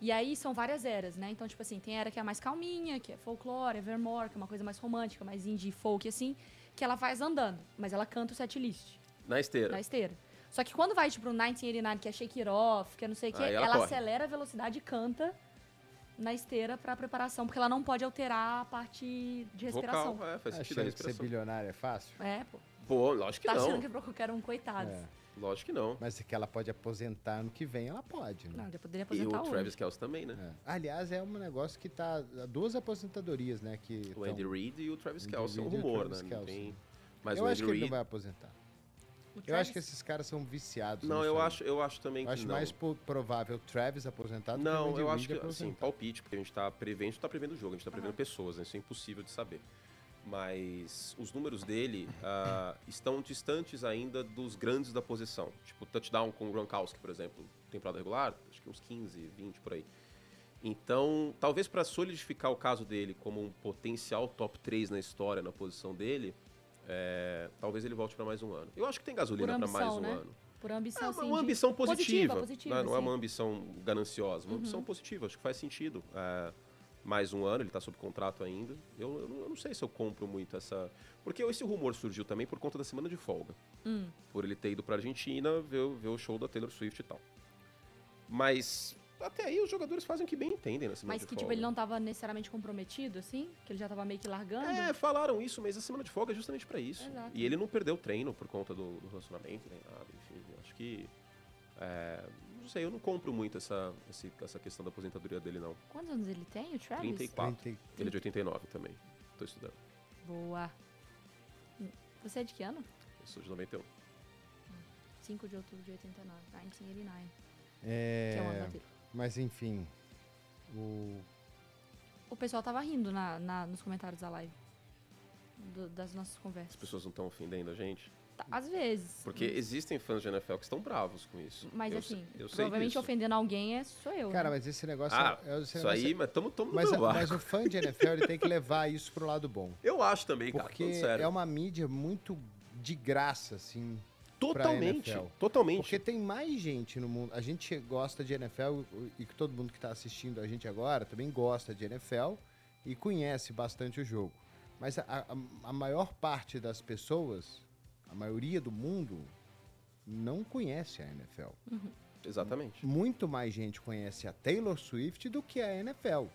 E aí são várias eras, né? Então, tipo assim, tem a era que é mais calminha, que é folclore, evermore, que é uma coisa mais romântica, mais indie folk, assim, que ela faz andando, mas ela canta o set list Na esteira. na esteira. Só que quando vai, tipo, pro 1989, que é shake it off, que é não sei o quê, Aí ela, ela corre. acelera a velocidade e canta na esteira pra preparação, porque ela não pode alterar a parte de respiração. Ah, Vocal, é, faz sentido a Achando que ser respiração. bilionário é fácil? É, pô. Pô, lógico que Tá achando não. que é pra qualquer um, coitado. É. Lógico que não. Mas que ela pode aposentar ano que vem, ela pode, Não, né? ele E poderia o aposentar Travis hoje. Kelce também, né? É. Aliás, é um negócio que tá. Duas aposentadorias, né? Que O tão- Andy Reid e o Travis Andy Kelce. É um Reid e o rumor, Travis né? Não Kelce. tem... Mas eu o acho Andy que ele não Reid... vai aposentar. O Eu acho Travis- que esses caras são viciados. Não, nisso eu aí. acho, eu acho também Eu que acho não. mais po- provável o Travis aposentado Não, que o Andy eu Reid acho que, assim, aposentado. palpite, porque a gente tá prevendo, tá prevendo o jogo, a gente tá prevendo Aham. pessoas, né? isso é impossível de saber. Mas os números dele ah, estão distantes ainda dos grandes da posição. Tipo, touchdown com o Gronkowski, por exemplo, temporada regular, acho que uns 15, 20 por aí. Então, talvez para solidificar o caso dele como um potencial top 3 na história, na posição dele, é, talvez ele volte para mais um ano. Eu acho que tem gasolina para mais ambição, um né? ano. Por ambição, É assim, uma, uma de- ambição positiva. positiva, né? Não é sim. Uhum. uma ambição gananciosa, uma ambição positiva, acho que faz sentido. É, mais um ano, ele está sob contrato ainda. Eu, eu não- eu não sei se eu compro muito essa. Porque esse rumor surgiu também por conta da semana de folga. Hum. Por ele ter ido pra Argentina ver, ver o show da Taylor Swift e tal. Mas até aí os jogadores fazem o que bem entendem na semana Mas de que, folga. tipo, ele não tava necessariamente comprometido, assim? Que ele já tava meio que largando? É, falaram isso, mas a semana de folga é justamente pra isso. Exato. E ele não perdeu o treino por conta do, do relacionamento, nem nada, enfim. eu Acho que. é, não sei, eu não compro muito essa, esse- essa questão da aposentadoria dele, não. Quantos anos ele tem, o Travis? 34. Trinta e- Ele é de 89 também. Tô estudando. Boa. Você é de que ano? Eu sou de 91. 5 de outubro de 89, 1989. É, Que é o ano da dele. Mas enfim. O... O pessoal tava rindo na, na- nos comentários da live. do- das nossas As conversas. pessoas não estão ofendendo a gente. Tá, Às vezes. Porque existem fãs de NFL que estão bravos com isso. Mas eu, assim, sei- eu sei provavelmente disso. ofendendo alguém é, sou eu. Cara, né? mas esse negócio Ah, é- é- esse isso negócio aí, mas tamo, tamo no Mas, é- meu barco. mas o fã de NFL ele tem que levar isso pro lado bom. Eu acho também, cara. Porque falando sério. é uma mídia muito de graça, assim. Totalmente. NFL. Totalmente. Porque tem mais gente no mundo. A gente che- gosta de NFL e que todo mundo que está assistindo a gente agora também gosta de NFL e conhece bastante o jogo. Mas a, a- a maior parte das pessoas, a maioria do mundo, não conhece a NFL. Exatamente. Muito mais gente conhece a Taylor Swift do que a NFL.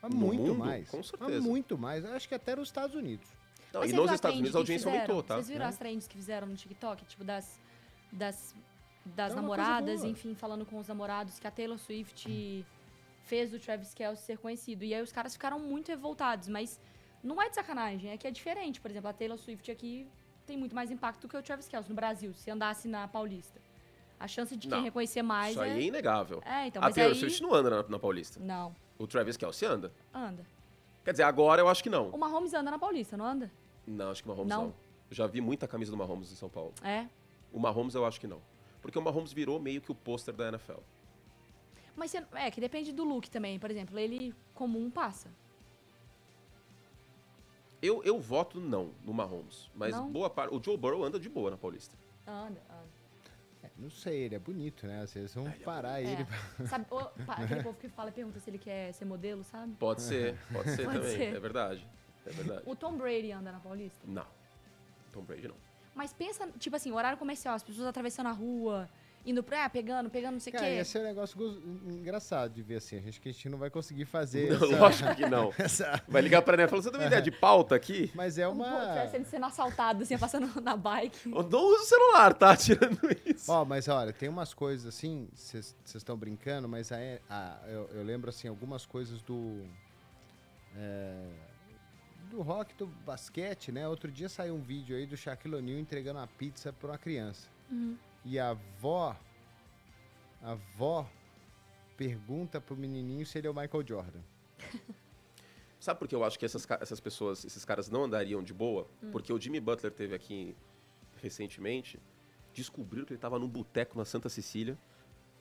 Mas No muito mundo, mais. com Mas certeza. muito mais. Acho que até nos Estados Unidos. Não, Mas e vocês viram nos a Estados trend Unidos que a audiência fizeram? aumentou, tá? Vocês viram Né? as trends que fizeram no TikTok? Tipo, das, das, das É uma coisa namoradas, boa. enfim, falando com os namorados que a Taylor Swift fez do Travis Kelce ser conhecido. E aí os caras ficaram muito revoltados, mas não é de sacanagem, é que é diferente. Por exemplo, a Taylor Swift aqui tem muito mais impacto do que o Travis Kelce no Brasil, se andasse na Paulista. A chance de quem Não, reconhecer mais Isso é... aí é inegável. É, então, a mas Taylor aí... Swift não anda na, na Paulista. Não, O Travis Kelce anda. anda. Quer dizer, agora eu acho que não. O Mahomes anda na Paulista, não anda? Não, acho que o Mahomes não. Não? Eu já vi muita camisa do Mahomes em São Paulo. É. O Mahomes eu acho que não. Porque o Mahomes virou meio que o pôster da NFL. Mas você- é que depende do look também. Por exemplo, ele comum passa. Eu, eu voto não no Mahomes. Mas Não? boa parte. O Joe Burrow anda de boa na Paulista. Anda, anda. É, não sei, ele é bonito, né? Vocês vão parar É. ele. Sabe, o, pa- aquele povo que fala e pergunta se ele quer ser modelo, sabe? Pode ser, pode ser Pode também. ser. É verdade. É verdade. O Tom Brady anda na Paulista. Não. Tom Brady não. Mas pensa, tipo assim, horário comercial, as pessoas atravessando a rua, indo pra, ah, pegando, pegando não sei o Cara, quê. ia ser um negócio gozo- engraçado de ver assim. A gente que a gente não vai conseguir fazer. Não, essa- lógico que não. essa- Vai ligar pra NFL e falar: você tem uma ideia de pauta aqui? Mas é Pô, uma. parece ele sendo assaltado, assim, passando na bike. Eu não uso celular, tá? Tirando isso. Ó, mas olha, tem umas coisas assim, vocês estão brincando, mas a, a- eu, eu lembro assim, algumas coisas do. é, do rock, do basquete, né? Outro dia saiu um vídeo aí do Shaquille O'Neal entregando uma pizza pra uma criança. Uhum. E a avó. A avó pergunta pro menininho se ele é o Michael Jordan. Sabe por que eu acho que essas, ca- essas pessoas, esses caras não andariam de boa? Hum. Porque o Jimmy Butler teve aqui recentemente, descobriram que ele tava num boteco na Santa Cecília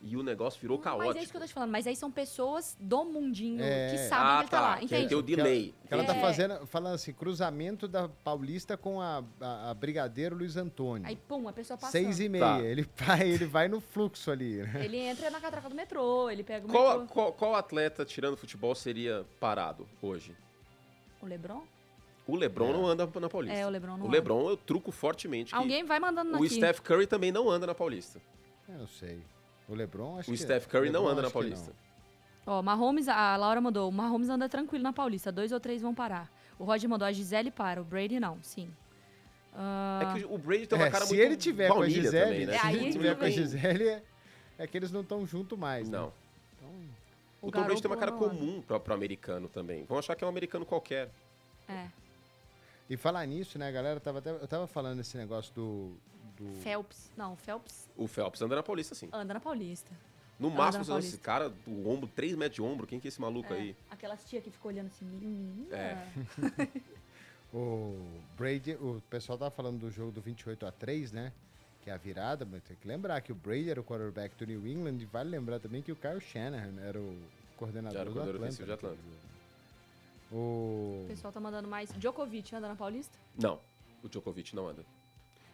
e o negócio virou Mas é isso caótico. Ah, que eu tô te falando. Mas aí são pessoas do mundinho É. que sabem que ele tá lá, que entende? Tem o delay. Que ela tá É. fazendo, falando assim, cruzamento da Paulista com a, a- a Brigadeiro Luiz Antônio. Aí, pum, a pessoa passa. Seis e meia. Tá. Ele, vai, ele vai no fluxo ali, né? Ele entra na catraca do metrô, ele pega o Qual, metrô. qual, qual atleta, tirando futebol, seria parado hoje? O Lebron? O LeBron não anda na Paulista. É, o LeBron não O LeBron eu truco fortemente que Alguém vai mandando o na aqui. Steph Curry também não anda na Paulista. É, Eu não sei. O LeBron, acho o que... Steph Curry não LeBron, anda na acho que não. Paulista. Ó, Mahomes, a Laura mandou, o Mahomes anda tranquilo na Paulista, dois ou três vão parar. O Roger mandou, a Gisele para, o Brady não, sim. É que o Brady tem uma É, cara se muito ele tiver com a baunilha Gisele, também, né? É, se Ah. aí ele que tiver com a vem. Gisele, é- é que eles não estão junto mais. né? Não. Então, O, Tom Brady tem uma Garoppolo cara não anda. comum pra, pra americano também. Vão achar que é um americano qualquer. É. e falar nisso, né, galera? Tava até- eu tava falando esse negócio do. Hum. do- Phelps. Não, Phelps O Phelps anda na Paulista, sim. anda na Paulista. No Anda máximo, na você olha Paulista. esse cara, o ombro, 3 metros de ombro, quem que é esse maluco aí? Aquelas tia que ficou olhando assim, menina. É. O Brady, o pessoal tava falando do jogo do 28 a 3, né? Que é a virada, mas tem que lembrar que o Brady era o quarterback do New England e vale lembrar também que o Kyle Shanahan era o coordenador, Já era o Tá, do coordenador Atlanta, né? ofensivo de Atlanta. O O pessoal tá mandando mais. Djokovic anda na Paulista? Não, o Djokovic não anda.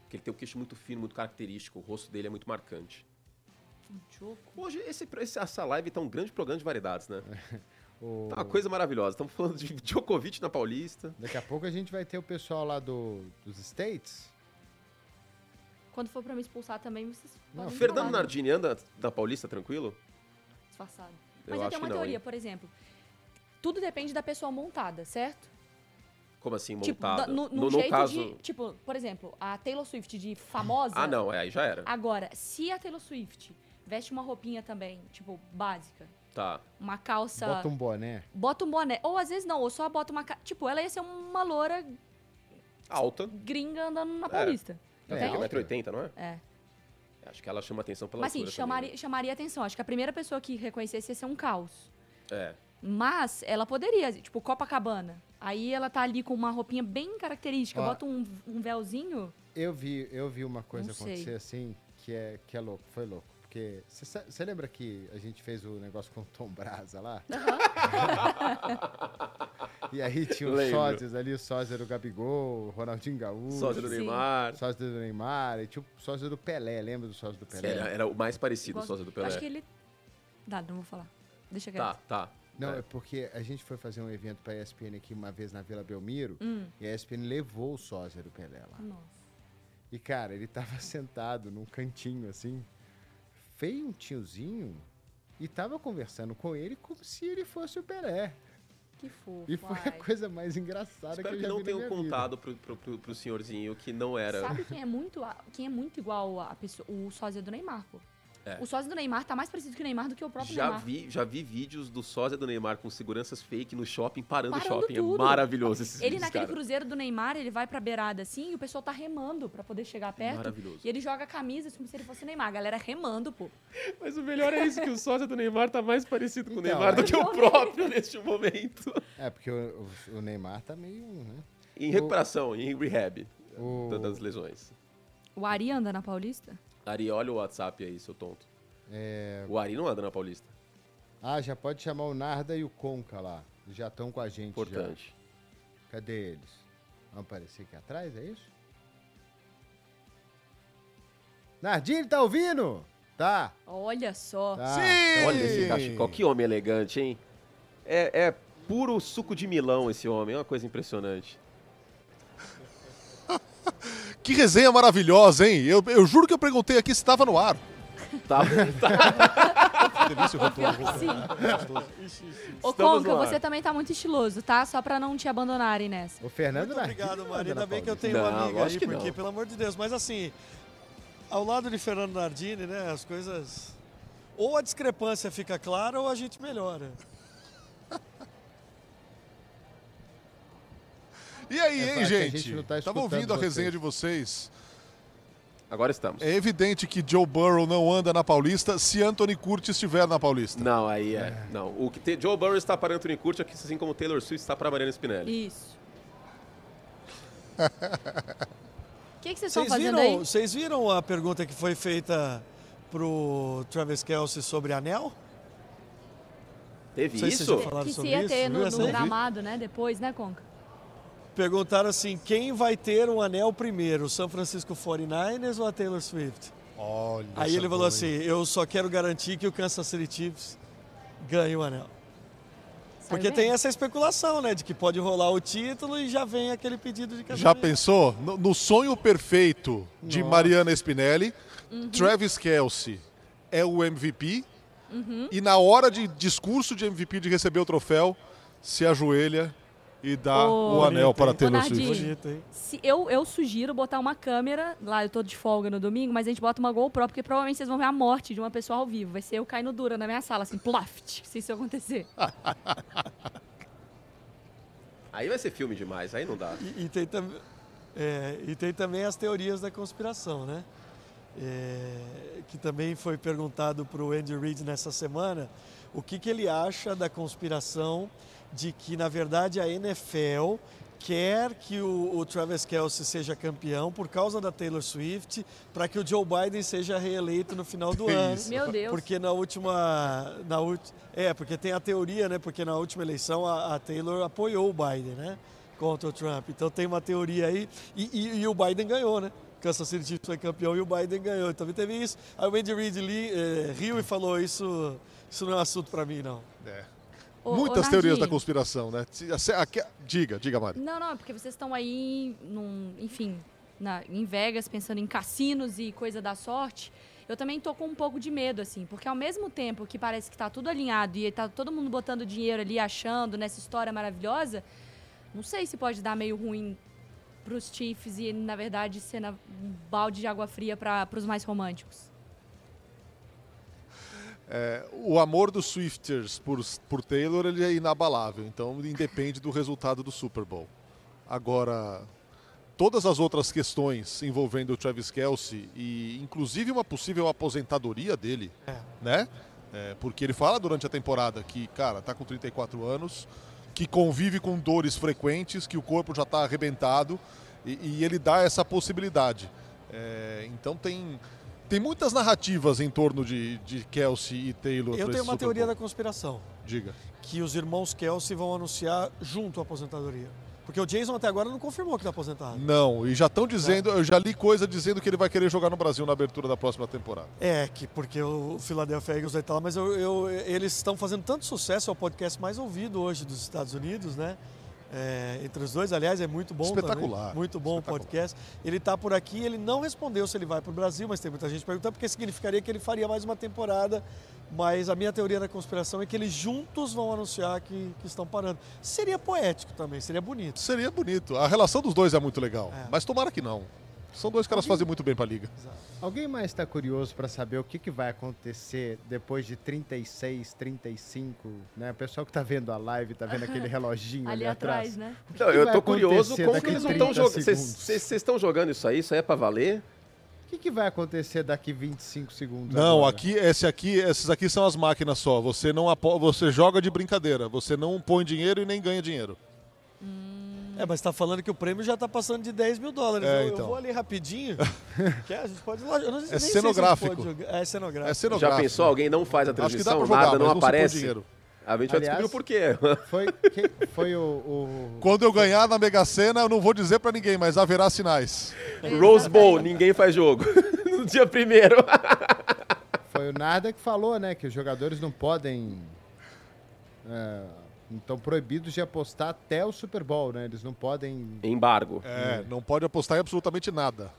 Porque ele tem um queixo muito fino, muito característico, o rosto dele é muito marcante. Djokovic. Hoje, esse, esse- essa live tá um grande programa de variedades, né? o- Tá uma coisa maravilhosa. Estamos falando de Djokovic na Paulista. Daqui a pouco a gente vai ter o pessoal lá do, dos States. Quando for pra me expulsar também, vocês Não, podem Fernando falar, né? Nardini anda na Paulista tranquilo? disfarçado. Eu Mas eu, acho tenho uma que não, teoria, hein? por exemplo. Tudo depende da pessoa montada, certo? Como assim, Tipo, da- montada? no, no jeito de. Tipo, por exemplo, a Taylor Swift de famosa. Ah, não, é, aí já era. Agora, se a Taylor Swift veste uma roupinha também, tipo, básica, Tá. uma calça. Bota um boné. bota um boné. Ou às vezes não, ou só bota uma. ca- Tipo, ela ia ser uma loura Alta. gringa andando na Paulista. É, É, alta. 1,80m, não é? É. Acho que ela chama atenção pela Mas assim, altura também, né? chamaria, chamaria atenção. Acho que a primeira pessoa que reconhecesse ia ser um caos. né? É. Mas ela poderia, tipo, Copacabana. Aí ela tá ali com uma roupinha bem característica, Ó. bota um, um véuzinho. Eu vi, eu vi uma coisa Não sei. acontecer assim que é, que é louco, foi louco. Porque você lembra que a gente fez o negócio com o Tom Brasa lá? e aí tinha os Lembro. sósias ali, o sósia do Gabigol, o Ronaldinho Gaúcho, sósia Sócio do Sim. Neymar. do Neymar, e tinha o sósia do Pelé, lembra do sósia do Pelé? Era, era o mais parecido, Igual- o sócio do Pelé. Acho que ele. Dá, não vou falar. Deixa Tá, quieto. tá. Não, é. é. porque a gente foi fazer um evento pra ESPN aqui uma vez na Vila Belmiro, Hum. e a ESPN levou o sósia do Pelé lá. Nossa. E, cara, ele tava sentado num cantinho, assim, feio um tiozinho, e tava conversando com ele como se ele fosse o Pelé. Que fofo. E foi ai. a coisa mais engraçada Espero que eu que já não vi na tenham minha vida. contado pro, pro, pro, pro senhorzinho que não era. Sabe quem é muito, a- quem é muito igual a pessoa, o sósia do Neymar, pô? É. O sósia do Neymar tá mais parecido com o Neymar do que o próprio Já Neymar. vi, já vi vídeos do sósia do Neymar com seguranças fake no shopping, parando o Parando shopping. tudo. É maravilhoso esses Ele vídeos, naquele cara. cruzeiro do Neymar, ele vai pra beirada assim e o pessoal tá remando pra poder chegar perto. Maravilhoso. E ele joga a camisa como se ele fosse o Neymar. A galera remando, pô. Mas o melhor é isso, que o sósia do Neymar tá mais parecido com o Então, Neymar do é. que o próprio neste momento. É, porque o, o- o Neymar tá meio, né? Em recuperação, em rehab O- da- das lesões. O Ari anda na Paulista? Ari, olha o WhatsApp aí, seu tonto. É, O Ari não anda na Paulista. Ah, já pode chamar o Narda e o Conca lá. Já estão com a gente já. Importante. Cadê eles? Vão aparecer aqui atrás, é isso? Nardini, tá ouvindo? Tá. Olha só. tá. Sim! Olha esse cachecol, que homem elegante, hein? É, é puro suco de Milão esse homem, é uma coisa impressionante. Que resenha maravilhosa, hein? Eu, eu juro que eu perguntei aqui se estava no ar. Tá, Delícia o rotulador. Sim. Gostoso. Ô, Estamos Conca, no ar. você também tá muito estiloso, tá? Só pra não te abandonarem nessa. O Fernando Muito Nardini obrigado, não Maria. anda na Ainda bem que eu Paulista. tenho Não, uma amiga aí, lógico que porque, não. pelo amor de Deus, mas assim, ao lado de Fernando Nardini, né, as coisas. Ou a discrepância fica clara ou a gente melhora. Tá E aí, É hein, fato, a gente? gente não tá Tava escutando ouvindo a vocês. resenha de vocês. agora estamos. É evidente que Joe Burrow não anda na Paulista se Anthony Curtis estiver na Paulista. Não, aí é. Não. O que te- Joe Burrow está para Anthony Curtis, assim como Taylor Swift está para Mariana Spinelli. Isso. O que que vocês estão Vocês fazendo aí? viram, vocês viram a pergunta que foi feita pro Travis Kelce sobre anel? Teve Não sei se isso? você já falaram que se sobre ia isso, ter viu no, essa no aí? gramado, né? Depois, né, Conca? Perguntaram assim: quem vai ter um anel primeiro, o San Francisco 49ers ou a Taylor Swift? Olha. Aí essa ele falou boa, assim: hein? eu só quero garantir que o Kansas City Chiefs ganhe o anel. Saiu Porque bem? tem essa especulação, né? De que pode rolar o título e já vem aquele pedido de Já casamento. pensou? No, no sonho perfeito de Mariana Spinelli, Uhum. Travis Kelsey é o MVP Uhum. e na hora de discurso de MVP de receber o troféu, se ajoelha e dá Ô, o anel bonito, para hein? Taylor Bonardi. Swift. Bonito, hein? Se- eu, eu sugiro botar uma câmera. Lá eu tô de folga no domingo, mas a gente bota uma GoPro, porque provavelmente vocês vão ver a morte de uma pessoa ao vivo. Vai ser eu caindo dura na minha sala, assim, ploft, se isso acontecer. Aí vai ser filme demais, aí não dá. E, e tem também. e tem também as teorias da conspiração, né? É, que também foi perguntado para o Andy Reid nessa semana o que, que ele acha da conspiração de que, na verdade, a NFL quer que o, o Travis Kelce seja campeão por causa da Taylor Swift, para que o Joe Biden seja reeleito no final do Que ano. isso. Meu Deus. Porque na última. Na ulti, é, porque tem a teoria, né? Porque na última eleição a, a Taylor apoiou o Biden, né? Contra o Trump. Então tem uma teoria aí. E, e- e o Biden ganhou, né? Kansas City Chiefs foi campeão e o Biden ganhou. Também teve isso. Aí o Andy Reid li- eh, riu e falou: Isso, isso não é assunto pra mim, não. Ô, ô, É. Muitas teorias da Nardinho. conspiração, né? Se- se- aque- Diga, diga, Mari. Não, não, é porque vocês estão aí, num- enfim, na- em Vegas, pensando em cassinos e coisa da sorte. Eu também tô com um pouco de medo, assim, porque ao mesmo tempo que parece que tá tudo alinhado e tá todo mundo botando dinheiro ali, achando nessa história maravilhosa, não sei se pode dar meio ruim pros Chiefs e, na verdade, ser na- um balde de água fria para pros mais românticos. O amor dos Swifters por, por Taylor ele é inabalável, então independe do resultado do Super Bowl. Agora, todas as outras questões envolvendo o Travis Kelce e inclusive uma possível aposentadoria dele, né? É, porque ele fala durante a temporada que, cara, tá com 34 anos, que convive com dores frequentes, que o corpo já tá arrebentado e, e ele dá essa possibilidade. É, então tem, tem muitas narrativas em torno de, de Kelsey e Taylor. pra Eu tenho esse uma Super teoria da Bowl. conspiração. Diga. que os irmãos Kelsey vão anunciar junto a aposentadoria. Porque o Jason até agora não confirmou que está aposentado. Não, e já estão dizendo, eu já li coisa dizendo que ele vai querer jogar no Brasil na abertura da próxima temporada. É, que porque o Philadelphia Eagles vai estar lá, mas eu, eu- eles estão fazendo tanto sucesso, é o podcast mais ouvido hoje dos Estados Unidos, né? É, entre os dois, aliás, é muito bom. também. Espetacular. Muito bom o Espetacular. podcast. Ele está por aqui, ele não respondeu se ele vai para o Brasil, mas tem muita gente perguntando, porque significaria que ele faria mais uma temporada. Mas a minha teoria da conspiração é que eles juntos vão anunciar que, que estão parando. Seria poético também, seria bonito. Seria bonito. A relação dos dois é muito legal, É. mas tomara que não. São dois caras que fazem muito bem pra liga. Alguém mais está curioso para saber o que, que vai acontecer depois de 36, 35, né? O pessoal que tá vendo a live, tá vendo aquele reloginho ali, Ali atrás, né? O que Não, que eu vai tô curioso acontecer como daqui que eles não 30 estão jogando. Vocês segundos? vocês- vocês estão jogando isso aí? Isso aí é pra valer? O que, que vai acontecer daqui 25 segundos? Não, agora? aqui, esse aqui, esses aqui são as máquinas só. Você não apo- você joga de brincadeira. Você não põe dinheiro e nem ganha dinheiro. É, mas tá falando que o prêmio já tá passando de 10 mil dólares. É, eu, eu então. É vou ali rapidinho. que a gente pode ir lá. Eu não, nem sei se a gente cenográfico. pode jogar. É É cenográfico. cenográfico. Já pensou? Alguém não faz a Acho que dá transmissão, pra jogar, nada, mas não não se põe aparece. dinheiro. A gente vai descobrir Aliás- o porquê. Foi, que- foi o, o- Quando eu ganhar na Mega Sena, eu não vou dizer pra ninguém, mas haverá sinais. Rose Bowl, ninguém faz jogo. no dia primeiro. Foi o Narda que falou, né? Que os jogadores não podem. é, estão proibidos de apostar até o Super Bowl, né? Eles não podem. Embargo. É, não pode apostar em absolutamente nada.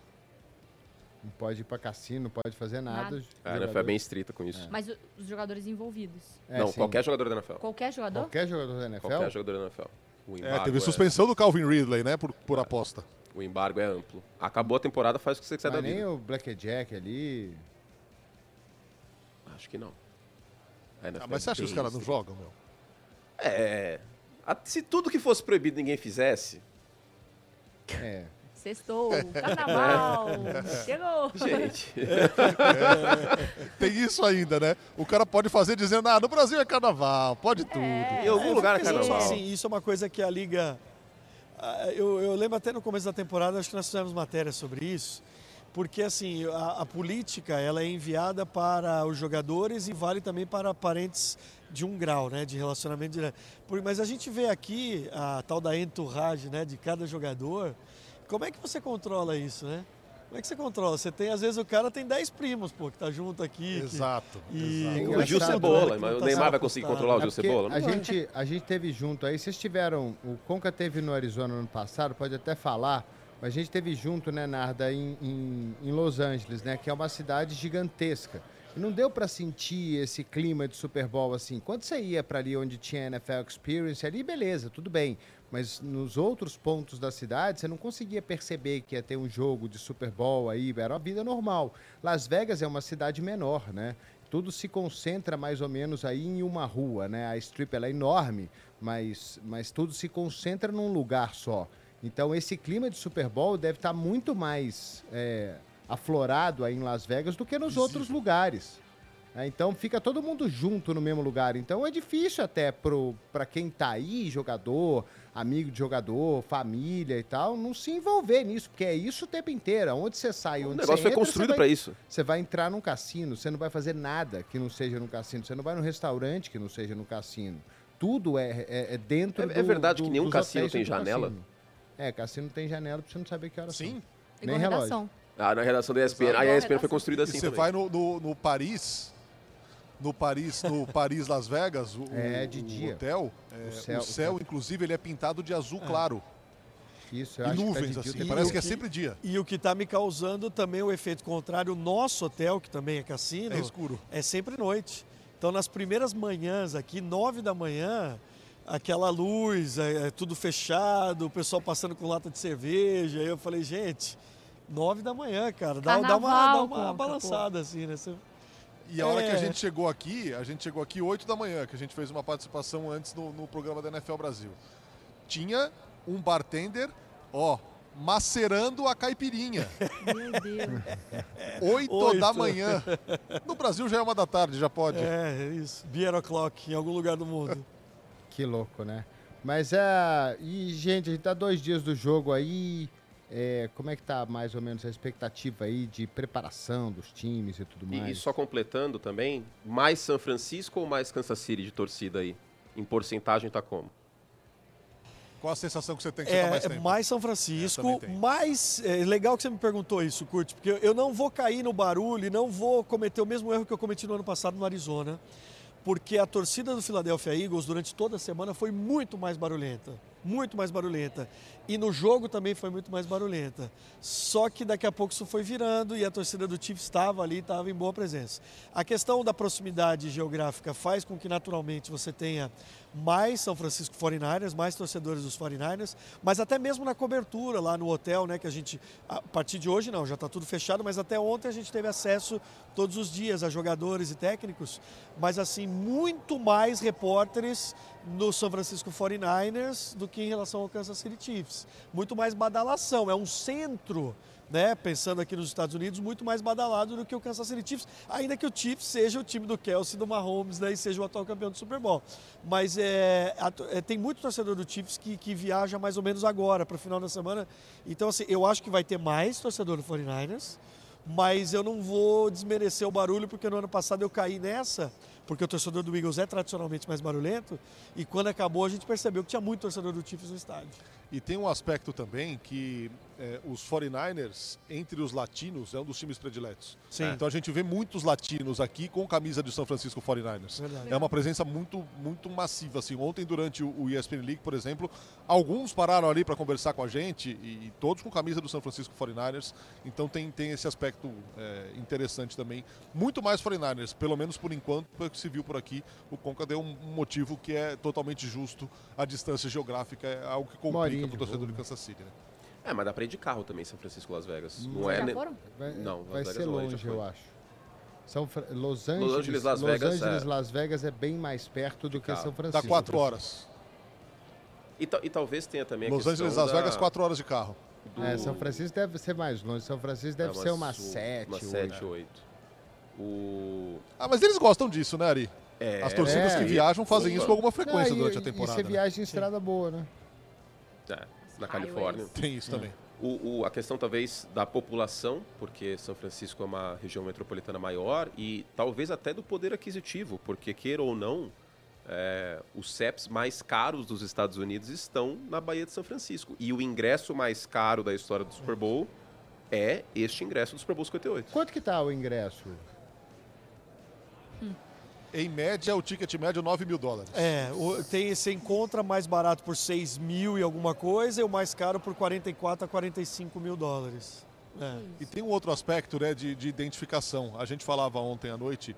Não pode ir pra cassino, não pode fazer nada. Nada. Os A NFL é jogadores- bem estrita com isso. Mas o- os jogadores envolvidos. É, não, sim. qualquer jogador da NFL. Qualquer jogador? Qualquer jogador da NFL? Qualquer jogador da NFL. O É, embargo, teve suspensão do Calvin Ridley, né? Por, por aposta. o embargo é amplo. Acabou a temporada, faz o que você quiser Mas da nem vida. o Blackjack ali. Acho que não. A NFL Ah, mas você acha que os é bem caras não estrita. jogam, meu? É. A- se tudo que fosse proibido ninguém fizesse, É. Sextou, carnaval, chegou. gente. Tem isso ainda, né? O cara pode fazer dizendo, ah, no Brasil é carnaval, pode tudo. em algum eu lugar é fico pensando carnaval. Assim, isso é uma coisa que a liga. Ah, Eu, eu lembro até no começo da temporada, acho que nós fizemos matéria sobre isso, porque assim a, a política ela é enviada para os jogadores e vale também para parentes de um grau, né, de relacionamento direto. Por- mas a gente vê aqui a tal da entourage, né, de cada jogador. Como é que você controla isso, né? Como é que você controla? Você tem, às vezes o cara tem 10 primos, pô, que tá junto aqui. que- Exato, E- exato. O Gil engraçado, Cebola, né, que mas não o tá Neymar vai sendo conseguir apostado. controlar o É Gil porque Cebola? Não a vai. gente, a gente teve junto aí, vocês tiveram. O Conca teve no Arizona ano passado, pode até falar. Mas a gente teve junto, né, Narda, em, em, em Los Angeles, né? Que é uma cidade gigantesca. Não deu pra sentir esse clima de Super Bowl assim. Quando você ia pra ali onde tinha NFL Experience, ali beleza, tudo bem. Mas nos outros pontos da cidade, você não conseguia perceber que ia ter um jogo de Super Bowl aí, era uma vida normal. Las Vegas é uma cidade menor, né? Tudo se concentra mais ou menos aí em uma rua, né? A strip ela é enorme, mas, mas tudo se concentra num lugar só. Então esse clima de Super Bowl deve estar muito mais é, aflorado aí em Las Vegas do que nos outros lugares. É, Então fica todo mundo junto no mesmo lugar. Então é difícil até para quem tá aí, jogador, amigo de jogador, família e tal, não se envolver nisso, porque é isso o tempo inteiro. Onde você sai, O onde negócio você foi entra, você construído vai- pra isso. você vai entrar num cassino, você não vai fazer nada que não seja num cassino. Você não vai num restaurante que não seja num cassino. Tudo é, é, é dentro É- do é verdade que nenhum dos cassino hotéis tem dentro do janela? cassino. É, cassino tem janela pra você não saber que horas são. Sim. Nem Igual relógio. redação. Ah, na redação da ESPN. Ah, a Igual a ESPN foi redação. construída E assim você também. vai no, no- no Paris, no Paris, no Paris Las Vegas, o, É, de o dia. hotel, é, o céu- céu, inclusive, ele é pintado de azul claro. Isso, eu E acho nuvens, que tá de dia o assim. tempo Parece todo. que é que- sempre dia. E o que está me causando também o efeito contrário, o nosso hotel, que também é cassino, É escuro. é sempre noite. Então, nas primeiras manhãs aqui, nove da manhã, aquela luz, é, é tudo fechado, o pessoal passando com lata de cerveja. Aí eu falei, gente, nove da manhã, cara, dá, dá uma, dá Carnaval, uma conta, balançada assim, né? Você- E a hora que a É. gente chegou aqui, a gente chegou aqui 8 da manhã, que a gente fez uma participação antes no, no programa da NFL Brasil. Tinha um bartender, ó, macerando a caipirinha. Meu Deus. 8, Oito. da manhã. No Brasil já é uma da tarde, já pode. É, é isso. Beer o'clock em algum lugar do mundo. Que louco, né? Mas é. E, gente, a gente tá dois dias do jogo aí. é, como é que tá mais ou menos a expectativa aí de preparação dos times e tudo E, mais? e só completando também, mais São Francisco ou mais Kansas City de torcida aí? Em porcentagem tá como? Qual a sensação que você tem que você É, tá mais mais, tempo? São É, também Francisco, tem. mais. É legal que você me perguntou isso, Curte, porque eu, eu não vou cair no barulho e não vou cometer o mesmo erro que eu cometi no ano passado no Arizona, porque a torcida do Philadelphia Eagles durante toda a semana foi muito mais barulhenta. Muito mais barulhenta. E no jogo também foi muito mais barulhenta. Só que daqui a pouco isso foi virando e a torcida do Chiefs estava ali, estava em boa presença. A questão da proximidade geográfica faz com que naturalmente você tenha mais São Francisco 49ers, mais torcedores dos 49ers, mas até mesmo na cobertura lá no hotel, né, que a gente a partir de hoje não, já está tudo fechado, mas até ontem a gente teve acesso todos os dias a jogadores e técnicos, mas assim muito mais repórteres no São Francisco 49ers do que em relação ao Kansas City Chiefs. Muito mais badalação, é um centro né, pensando aqui nos Estados Unidos, muito mais badalado do que o Kansas City Chiefs, ainda que o Chiefs seja o time do Kelsey, do Mahomes, né, e seja o atual campeão do Super Bowl. Mas é, a to- é, tem muito torcedor do Chiefs que, que viaja mais ou menos agora, para o final da semana. Então, assim, eu acho que vai ter mais torcedor do 49ers, mas eu não vou desmerecer o barulho, porque no ano passado eu caí nessa, porque o torcedor do Eagles é tradicionalmente mais barulhento, e quando acabou a gente percebeu que tinha muito torcedor do Chiefs no estádio. E tem um aspecto também que é, os 49ers, entre os latinos, é um dos times prediletos. Sim. Então a gente vê muitos latinos aqui com camisa de São Francisco 49ers. Verdade. É uma presença muito, muito massiva. Assim, ontem, durante o- o ESPN League, por exemplo, alguns pararam ali para conversar com a gente e, e todos com camisa do São Francisco 49ers. Então tem, tem esse aspecto é, interessante também. Muito mais 49ers, pelo menos por enquanto, pelo que se viu por aqui. O Conca deu um motivo que é totalmente justo. A distância geográfica é algo que horinha complica de para o torcedor voo, de Kansas City. Né? É, mas dá pra ir de carro também, São Francisco Las Vegas. Não Vocês é. já né? foram? Vai, Não, vai Las Vegas ser não, a gente longe, já eu foi. acho. São Fra- Los Angeles, Angeles, Las Vegas, Angeles, é. Tá. Las Vegas é bem mais perto do que carro. São Dá Francisco. quatro horas. E, ta- e talvez tenha também a Los questão Angeles, Las da- Vegas, quatro horas de carro. do- É, São Francisco deve ser mais longe. São Francisco Ah, deve ser umas umas o- sete, Umas oito. 7, 8. O... Ah, mas eles gostam disso, né, Ari? É, As torcidas é. que viagem fazem isso com alguma frequência Ah, e- durante a e temporada. você né? viaja em estrada boa, né? é, na Califórnia. Tem É. isso também. O, o- a questão talvez da população, porque São Francisco é uma região metropolitana maior, e talvez até do poder aquisitivo, porque queira ou não, é, os CEPs mais caros dos Estados Unidos estão na Baía de São Francisco. E o ingresso mais caro da história do Super Bowl é este ingresso do Super Bowl 58. Quanto que tá o ingresso? Em média, o ticket médio é 9 mil dólares. É, o- tem, você encontra mais barato por 6 mil e alguma coisa e o mais caro por 44 a 45 mil dólares. E tem um outro aspecto né, de, de identificação. A gente falava ontem à noite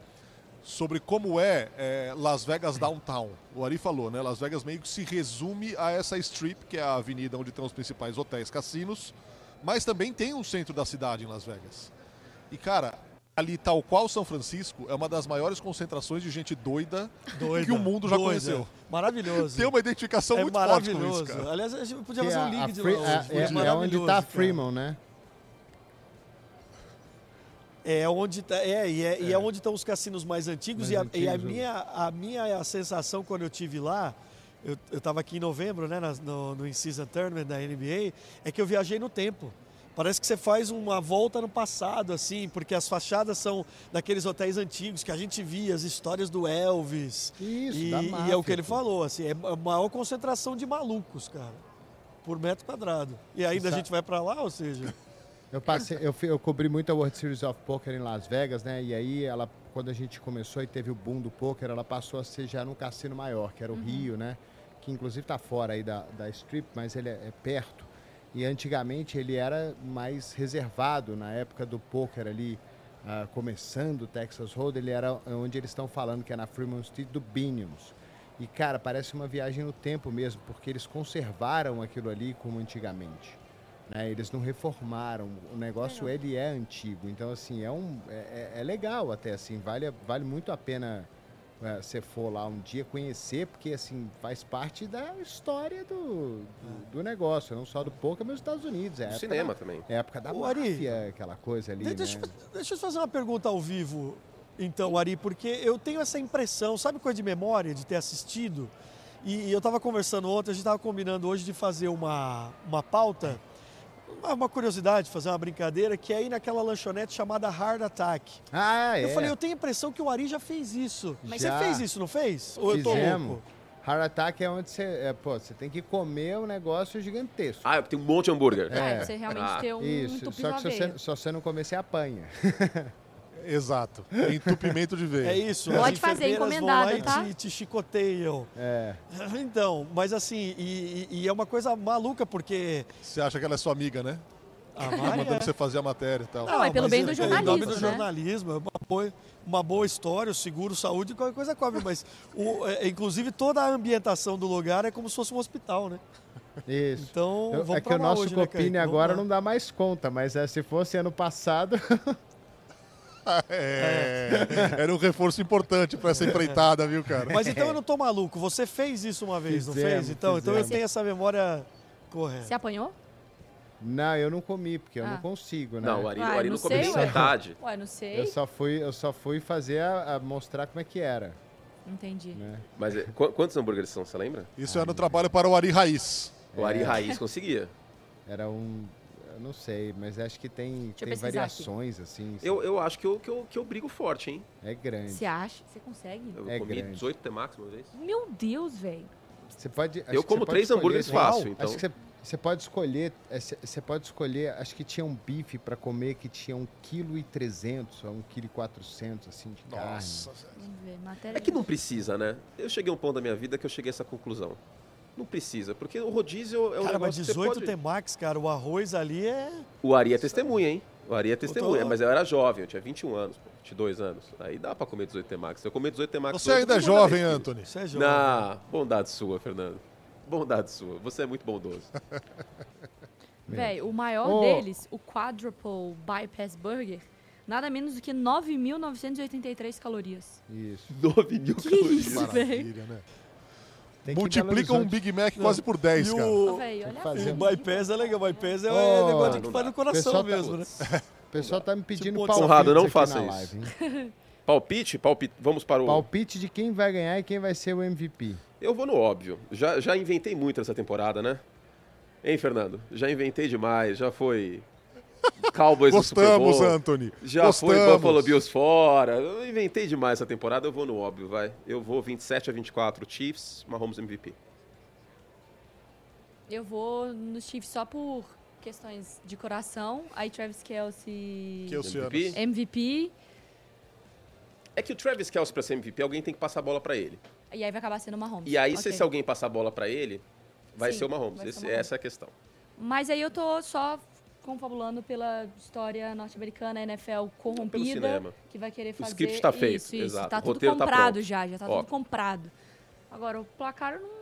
sobre como é, é, Las Vegas Downtown. O Ari falou, né? Las Vegas meio que se resume a essa strip, que é a avenida onde tem os principais hotéis, cassinos, mas também tem um centro da cidade em Las Vegas. E, cara, ali, tal qual São Francisco, é uma das maiores concentrações de gente doida, Doida, que o mundo já doida. conheceu. Maravilhoso. Tem uma identificação é muito forte com maravilhoso. isso, cara. Aliás, a gente podia Que fazer é um a link de lá. Fre- hoje, é- porque é- é onde maravilhoso, está a cara. Fremont, né? É onde tá, é, e é, e é onde estão os cassinos mais antigos. Mais e a, e a antigos, é. eu- minha, a minha sensação quando eu tive lá, eu estava aqui em novembro, né, nas- no, no In-Season Tournament da NBA, é que eu viajei no tempo. Parece que você faz uma volta no passado, assim, porque as fachadas são daqueles hotéis antigos que a gente via, as histórias do Elvis. Isso, e, da e é máfia, o que ele pô. falou, assim, é a maior concentração de malucos, cara, por metro quadrado. E ainda Sa- a gente vai para lá, ou seja, Eu, passei, eu, fui- eu cobri muito a World Series of Poker em Las Vegas, né? E aí, ela, quando a gente começou e teve o boom do poker, ela passou a ser já num cassino maior, que era o Rio, né? Que inclusive tá fora aí da, da Strip, mas ele é, é perto. E antigamente ele era mais reservado na época do poker ali, ah, começando o Texas Road, ele era onde eles estão falando, que é na Fremont Street do Binions. E cara, parece uma viagem no tempo mesmo, porque eles conservaram aquilo ali como antigamente né? Eles não reformaram. O negócio ele é antigo, então assim é um é, é- é legal até assim vale a- vale muito a pena eh, você for lá um dia conhecer porque assim faz parte da história do, do, É. do negócio, não só do poker, mas dos Estados Unidos. É a No época cinema da- também. é a época da Ô, Ari, máfia, aquela coisa ali, De- né? Deixa, eu fa- deixa eu fazer uma pergunta ao vivo, então, Ari, porque eu tenho essa impressão, sabe coisa de memória, de ter assistido? E, e eu estava conversando ontem, a gente estava combinando hoje de fazer uma, uma pauta, uma, uma curiosidade, fazer uma brincadeira, que é ir naquela lanchonete chamada Hard Attack. Ah, é. Eu falei, um eu tenho a impressão que o Ari já fez isso. Mas- você Já. fez isso, não fez? Ou eu tô Fizemos. louco? Heart Attack é onde você, é, pô, você tem que comer um negócio gigantesco. Ah, tem um monte de hambúrguer. Ah, É. você realmente Ah, ter um Isso, entupido só que se aveia. você, só se você não comer, você apanha. Exato. É entupimento de veia. É isso. Pode as fazer, enfermeiras vão encomendado, lá e tá? te, te chicoteiam. É. Então, mas assim, e, e- e é uma coisa maluca, porque Você acha que ela é sua amiga, né? a Tá Mari mandando é- você fazer a matéria e tal. Ah, Não, é pelo mas bem do é jornalismo, Pelo bem do né? jornalismo, é uma boa, uma boa história, o seguro, saúde, qualquer coisa cobre. Mas, o- é, inclusive, toda a ambientação do lugar é como se fosse um hospital, né? Isso. Então, Eu- vamos é que pra o lá nosso hoje, né, Copini Kaique? Vamos agora lá. não dá mais conta, mas eh, se fosse ano passado, É. Era um reforço importante pra essa empreitada, viu, cara? Mas então eu não tô maluco. Você fez isso uma vez, não Fizemos, fez? Então, então eu fizemos. tenho essa memória Você correta. apanhou? não, eu não comi, porque eu Ah. não consigo, né? Não, o Ari, o Ah, Ari não não comeu sei, nem ué. metade. Ué, não sei. Eu só fui, eu só fui fazer a, a mostrar como é que era, Entendi. né? Mas é, qu- quantos hambúrgueres são, você lembra? Isso era um trabalho para o Ari Raiz. O É. Ari Raiz conseguia. Era um, eu não sei, mas acho que tem, eu tem pesquisar aqui. variações assim. Eu, eu acho que eu, que, eu, que eu brigo forte, hein? É grande. Você acha? Você consegue? Eu É comi grande. 18 Temax uma vez. Meu Deus, velho. Você pode. acho Eu que como você pode três escolher- hambúrgueres Uau! fácil, então. Acho que você, você pode escolher. é, Você você pode escolher. Acho que tinha um bife pra comer que tinha 1,3 kg a 1,4 kg assim de carne. Vamos ver, matéria. É que não precisa, né? Eu cheguei a um ponto da minha vida que eu cheguei a essa conclusão. Não precisa, porque o rodízio é um Cara, mas negócio que você 18 pode... T-Max, cara, o arroz ali é. O Ari é testemunha, hein? O Ari é testemunha, tô- mas eu era jovem, eu tinha 21 anos, pô, 22 anos. Aí dá pra comer 18 Temax. Eu comi 18 Temax. Você ainda é jovem, Antônio. Anthony. Isso é jovem. Na bondade sua, Fernando. Bondade sua. Você é muito bondoso. Velho, o maior Ô. deles, o Quadruple Bypass Burger, nada menos do que 9.983 calorias. Isso. 9 mil Que calorias. isso, velho? Maravilha, né? Tem que Multiplica um valorizar- Big Mac quase por E 10, É cara. Ô, o, velho, olha que fazer. o assim. bypass é legal, o bypass é o Ô, negócio que não faz dá. no coração Pessoal tá- mesmo, né? O pessoal tá me pedindo Tipo, palpite. Conrado, não aqui na faça isso. live, hein? Palpite? Palpite. Vamos para o. Palpite de quem vai ganhar e quem vai ser o MVP. Eu vou no óbvio. Já, já inventei muito essa temporada, né? Hein, Fernando? Já inventei demais. Já foi. Cowboys no Super Gostamos, Bowl. Anthony. Já foi Gostamos. Buffalo Bills fora. Eu inventei demais essa temporada. Eu vou no óbvio, vai. Eu vou 27 a 24 Chiefs, Mahomes MVP. Eu vou no Chiefs só por questões de coração. Aí Travis Kelsey, Que é eu sei, MVP? Ana. MVP. É que o Travis Kelce pra ser MVP, alguém tem que passar a bola pra ele. E aí vai acabar sendo o Mahomes. E aí, Ok. se, se alguém passar a bola pra ele, vai Sim, ser o Mahomes. vai ser o Esse- Mahomes. Essa é a questão. Mas aí eu tô só confabulando pela história norte-americana, NFL cinema. corrompida, que vai querer O fazer. script tá feito, Isso, isso. exato. Tá O tudo roteiro tá comprado pronto. já, já tá Ó. tudo comprado. Agora, o placar eu não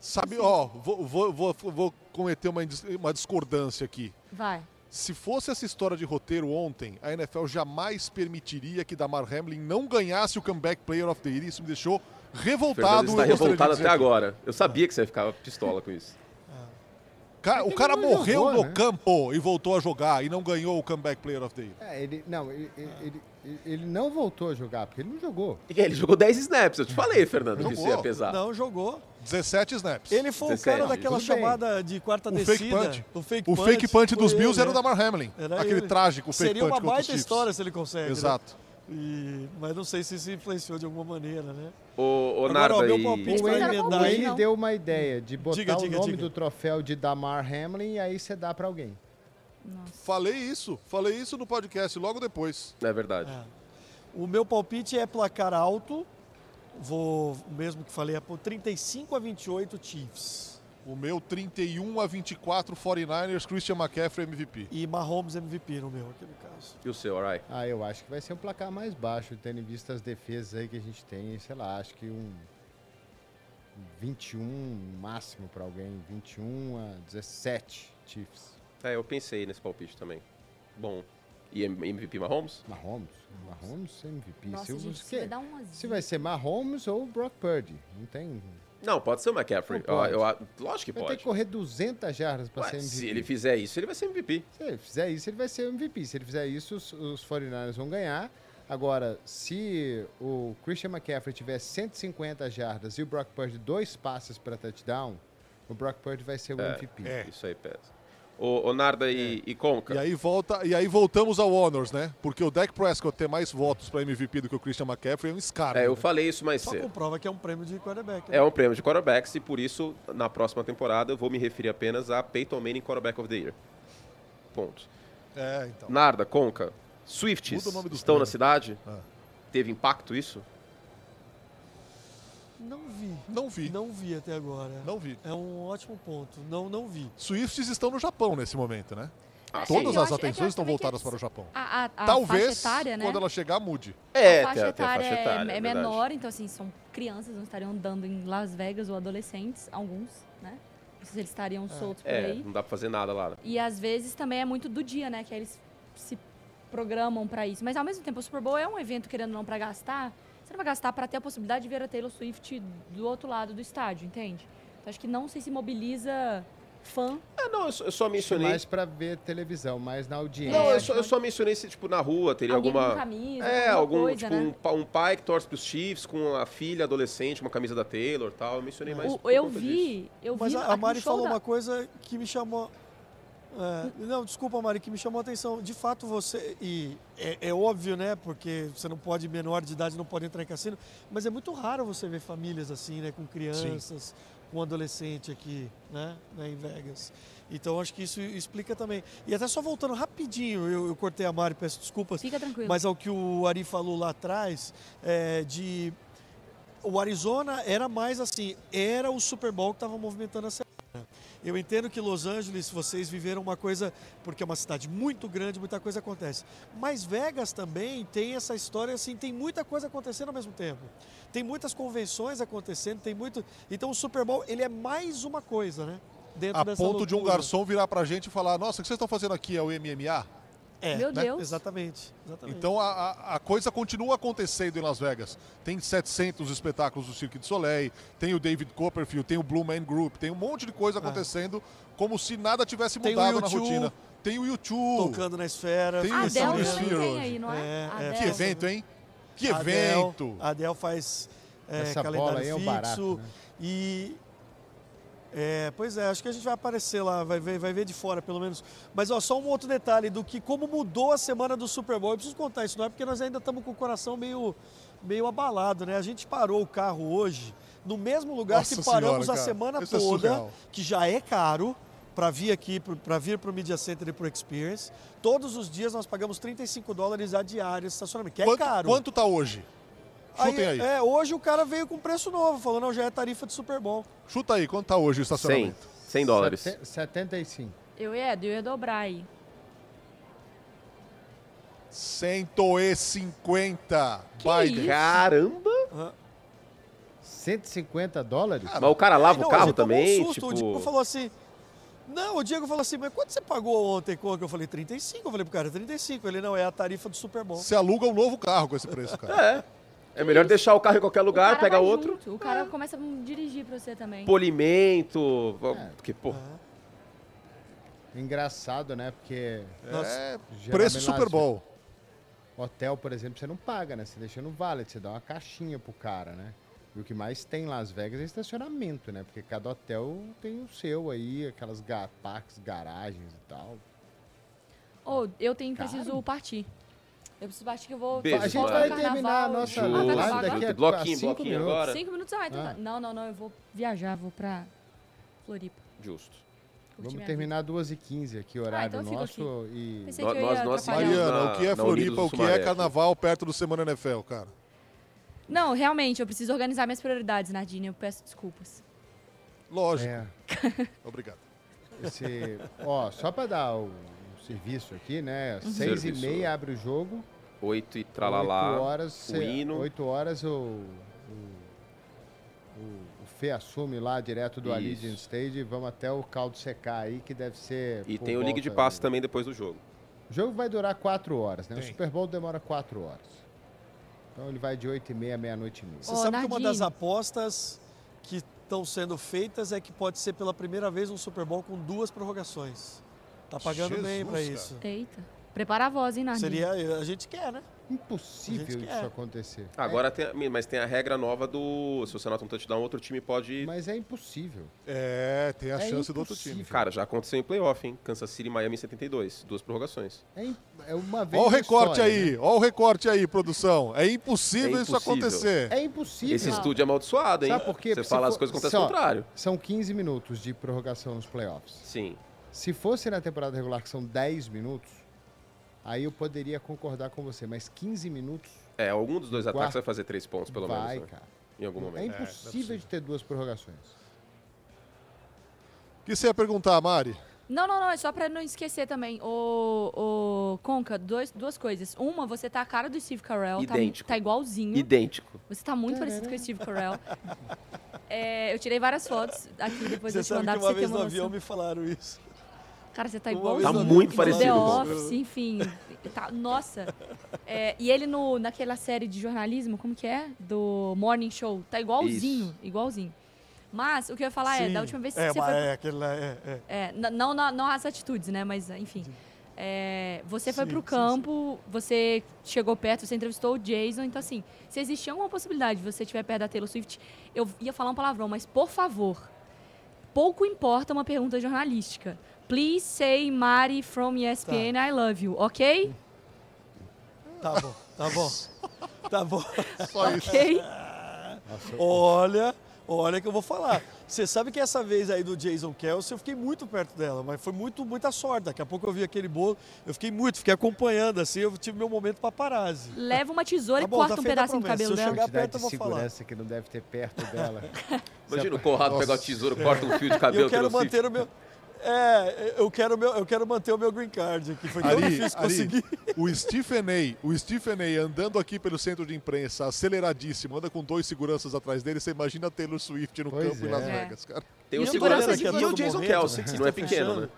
Sabe, ó, vou, vou, vou, vou cometer uma, indis- uma discordância aqui. vai. Se fosse essa história de roteiro ontem, a NFL jamais permitiria que Damar Hamlin não ganhasse o Comeback Player of the Year. Isso me deixou Fernando está revoltado. eu Tá gostaria de revoltado dizer até agora. Eu sabia que você ficava pistola com isso. Ca- o cara morreu jogou, no né? campo e voltou a jogar e não ganhou o Comeback Player of the Year. É, ele, não, ele, ele, ele- ele não voltou a jogar, porque ele não jogou. E Ele jogou 10 snaps, eu te falei, Fernando, que isso ia Jogou. pesar. Não, jogou. 17 snaps. Ele foi o 17, cara daquela tudo bem. chamada de quarta O descida. fake punt. O fake o fake punch é foi dos Bills ele, era o né? Damar Hamlin. Era aquele ele. trágico fake Seria punch uma contra os baita Chiefs. história se ele consegue. né? Exato. E- mas não sei se isso influenciou de alguma maneira, né? Ô, ô Agora, Narda, ó, meu e- palpite- Eles O N, fizeram o palpite, N não. deu uma ideia de botar Diga, o diga, nome diga. do troféu de Damar Hamlin e aí você dá pra alguém. Falei isso. Falei isso no podcast logo depois. é verdade. É. O meu palpite é placar alto. Vou, mesmo que falei, é por 35 a 28 Chiefs. O meu 31 a 24 49ers, Christian McCaffrey MVP. E Mahomes MVP no meu, aqui no caso. E o seu, alright? Ah, eu acho que vai ser um placar mais baixo, tendo em vista as defesas aí que a gente tem, sei lá, acho que um 21 máximo pra alguém, 21 a 17 Chiefs. É, eu pensei nesse palpite também. Bom, e M- MVP Mahomes? Mahomes, Mahomes MVP. Nossa, eu- gente, se- isso vai dar um se vai ser Mahomes ou Brock Purdy, não tem. Não, pode ser o McCaffrey. Ah, Não pode. Eu- eu- lógico que Vai ter que pode. correr 200 jardas pra Ué, ser MVP. se ele fizer isso, ele vai ser MVP. Se ele fizer isso, ele vai ser MVP. Se ele fizer isso, os, os 49ers vão ganhar. Agora, se o Christian McCaffrey tiver 150 jardas e o Brock Purdy dois passes para touchdown, o Brock Purdy vai ser o MVP. É. Isso aí pesa. Ô, ô Narda e, e Conca. E aí, volta, e aí voltamos ao Honors, né? Porque o Dak Prescott ter mais votos para MVP do que o Christian McCaffrey é um escárnio. É, eu né? falei isso mais Só cedo. comprova que é um prêmio de quarterback. né? É um prêmio de quarterbacks e por isso, na próxima temporada, eu vou me referir apenas a Peyton Manning Quarterback of the Year. Ponto. É, então. Narda, Conca, Swifts Muda o nome do estão na prêmio. cidade? Ah. Teve impacto isso? Não vi. Não vi. Não, Não vi até agora. vi. É um ótimo ponto. Não, não vi. Swifts estão no Japão nesse momento, né? Ah, Sim, eu Todas acho- as é que eu atenções acho estão também que voltadas é- para o Japão. A, a, a Talvez, faixa etária, né? quando ela chegar, mude. É, a faixa tem- tem a etária, faixa etária, é, é verdade. menor, então assim, são crianças, não estariam andando em Las Vegas ou adolescentes, alguns, né? Não sei se eles estariam soltos por É, aí. não dá pra fazer nada lá. né? E às vezes também é muito do dia, né? Que aí eles se programam pra isso. Mas ao mesmo tempo, o Super Bowl é um evento, querendo ou não, pra gastar. Você não vai gastar pra ter a possibilidade de ver a Taylor Swift do outro lado do estádio, entende? Então, acho que não sei se mobiliza fã. Ah, não, eu só, eu só mencionei. Mais para ver televisão, mais na audiência. Não, eu É, só, acho eu só mencionei se, tipo, na rua teria alguém alguma. com camisa, é, algum, alguma coisa, tipo, um, né? pa- um pai que torce pros Chiefs com a filha adolescente, uma camisa da Taylor e tal. Eu mencionei mais. O- por eu conta disso. vi, eu Mas vi a, no- a Mari no show falou da- uma coisa que me chamou. é, não, desculpa, Mari, que me chamou a atenção. De fato, você. E é, é óbvio, né? Porque você não pode, menor de idade, não pode entrar em cassino. Mas é muito raro você ver famílias assim, né? Com crianças, com adolescente aqui, né? né, Em Vegas. Então, acho que isso explica também. E até só voltando rapidinho, eu, eu cortei a Mari, peço desculpas. Fica tranquilo. Mas ao que o Ari falou lá atrás, é, de o Arizona era mais assim, era o Super Bowl que estava movimentando a semana. Eu entendo que Los Angeles vocês viveram uma coisa, porque é uma cidade muito grande, muita coisa acontece. Mas Vegas também tem essa história assim, tem muita coisa acontecendo ao mesmo tempo. Tem muitas convenções acontecendo, tem muito. Então o Super Bowl, ele é mais uma coisa, né? Dentro A dessa ponto de um loucura. garçom virar pra gente e falar: Nossa, o que vocês estão fazendo aqui? É o MMA? É, Meu Deus. Exatamente, exatamente. Então a, a- a coisa continua acontecendo em Las Vegas. Tem 700 espetáculos do Cirque du Soleil, tem o David Copperfield, tem o Blue Man Group, tem um monte de coisa acontecendo como se nada tivesse É. Tem o mudado na U2 rotina. Tem o YouTube. Tocando na esfera. Tem a isso, Adele isso, também isso. tem aí, não é? É, A é. Adele. Que evento, hein? Que Adele- Ah, evento! Adele faz é, Essa calendário bola aí é um fixo barato, né? e é, pois é, acho que a gente vai aparecer lá, vai ver, vai ver de fora pelo menos. Mas ó, só um outro detalhe do que como mudou a semana do Super Bowl. Eu preciso contar isso, não é porque nós ainda estamos com o coração meio meio abalado, né? A gente parou o carro hoje no mesmo lugar Nossa que paramos senhora, a cara. semana Isso é toda surreal. que já é caro para vir aqui, para vir para o Media Center e para o Experience. Todos os dias nós pagamos 35 dólares a diária de estacionamento, que é quanto, caro. quanto tá hoje? Chutem aí. É, hoje o cara veio com preço novo, falou, não, já é tarifa de Super Bowl. Chuta aí, quanto tá hoje 100, o estacionamento? 100 dólares. Sete- 75. Eu ia, eu ia dobrar aí. 150. Biden. isso? Caramba! 150 dólares? Ah, Mas o cara lava Não, o a carro gente tomou também, um susto, tipo... O Diego falou assim... Não, o Diego falou assim, mas quanto você pagou ontem, Coca? Eu falei, 35. Eu falei pro cara, 35. Ele, não, é a tarifa do Super Bowl. Você aluga um novo carro com esse preço, cara. É, é melhor deixar o carro em qualquer lugar, cara pegar vai outro. junto, O cara É. começa a dirigir pra você também. Polimento, porque, pô, Engraçado, né? Porque Nossa, É, Geralmente preço lá, Super Bowl. hotel, por exemplo, você não paga, né? Você deixa no valet, você dá uma caixinha pro cara, né? E o que mais tem em Las Vegas é estacionamento, né? Porque cada hotel tem o seu aí, aquelas ga parques, garagens e tal. Ou eu tenho, Caro. preciso partir. Eu preciso partir que eu vou... Beijo, a gente vou mano. vai pro terminar a carnaval. nossa Justo, Ah, vai live acabar? daqui a Bloquinho, a cinco bloquinho minutos. agora. Cinco minutos, ah, então Ah. tá. Não, não, não, eu vou viajar, vou pra Floripa. justo. curtir Vamos minha terminar duas e 15 aqui, horário então eu fico nosso. E... Pensei- Sei Nós, que eu nós, ia nós atrapalhar. seguimos né? Mariana, na- o que é na Unidos Floripa, do o que Sumaré é aqui. carnaval perto do Semana NFL, cara? vida. Não, realmente, eu preciso organizar minhas prioridades, Nardini. Eu peço desculpas. Lógico. É, Obrigado. esse... Ó, só pra dar o, o serviço aqui, né? Seis Uhum. Serviço. e meia abre o jogo. Oito e oito tralalá. horas, o hino. 8 horas o, o, o, o Fê assume lá direto do Isso. Allegiant Stage. Vamos até o caldo secar aí, que deve ser. E por tem o Ligue volta de Passe do- também depois do jogo. O jogo vai durar 4 horas, né? O Tem. Super Bowl demora 4 horas. Então ele vai de 8 e meia, meia-noite e meia. Você Ô, sabe que Nardini. uma das apostas que estão sendo feitas é que pode ser pela primeira vez um Super Bowl com duas prorrogações. Tá pagando bem Jesus, pra cara. isso. Eita. Prepara a voz, hein, Nardini. Seria, a gente quer, né? A Impossível gente isso é. quer. acontecer. Agora tem, a- mas tem a regra nova do... Se você anota um touchdown, outro time pode... Mas é impossível. É, tem a É chance do outro time. impossível. Cara, já aconteceu em playoff, hein? Kansas City e Miami em 72. Duas prorrogações. É, im- é uma vez. Olha o na recorte história, né? aí, olha o recorte aí, produção. É impossível É isso impossível. acontecer. É impossível. Esse estúdio é amaldiçoado, hein? Sabe por quê? Você Porque se fala as for- coisas que acontecem só- ao contrário. São 15 minutos de prorrogação nos playoffs. Sim. Se fosse na temporada regular, que são 10 minutos, aí eu poderia concordar com você, mas 15 minutos É, algum dos dois ataques quarto vai fazer três pontos, pelo vai, menos, né? cara. Em algum É momento. impossível de ter duas prorrogações. O que você ia perguntar, Mari? Não, não, não, é só pra não esquecer também. Ô, ô Conca, dois, duas coisas. Uma, você tá a cara do Steve Carell. Tá, mu- Idêntico. tá igualzinho. Idêntico. Você tá muito parecido com o Steve Carell. É, eu tirei várias fotos aqui, depois você eu te sabe mandar que pra uma você ter vez no uma avião noção. me falaram isso. Cara, você tá Uma igualzinho. vez no Tá avião muito me parecido. The falaram isso. Office, enfim. tá- nossa. É, e ele no, naquela série de jornalismo, como que é? Do Morning Show. Tá igualzinho, igualzinho. Mas o que eu ia falar é, Sim. da última vez que é, você mas foi. É, aquele lá, é, é. É, n- não, não, não as atitudes, né? Mas, enfim. É, você foi Sim, pro sim, campo, você chegou perto, você entrevistou o Jason. Então, assim, se existia alguma possibilidade de você estiver perto da Taylor Swift, eu ia falar um palavrão, mas por favor, pouco importa uma pergunta jornalística. Please say Mari from ESPN, I love you, ok? Tá bom, tá bom. Tá bom. Só isso. Ok? Olha, olha que eu vou falar. Você sabe que essa vez aí do Jason Kelsey eu fiquei muito perto dela, mas foi muito, muita sorte. Daqui a pouco eu vi aquele bolo, eu fiquei muito, fiquei acompanhando, assim, eu tive meu momento paparazzi. Leva uma tesoura Tá e bom, corta tá um feita a pedacinho do promessa. cabelo Se eu dela. chegar- Quantidade perto, eu de vou falar. segurança que não deve ter perto dela. Imagina o Conrado pegar o tesouro, corta um fio de cabelo. eu quero pelo manter o Ah, meu. É, eu quero, o meu, eu quero manter o meu green card, que foi É tão Ari, difícil Ari, conseguir. o Stephen A, o Stephen A andando aqui pelo centro de imprensa, aceleradíssimo, anda com dois seguranças atrás dele, você imagina Taylor Swift no Pois campo é. em Las É. Vegas, cara. Tem o E eu segurança olhando de- aqui a e o todo Jason momento, Kelsey, né? que não é pequeno, né?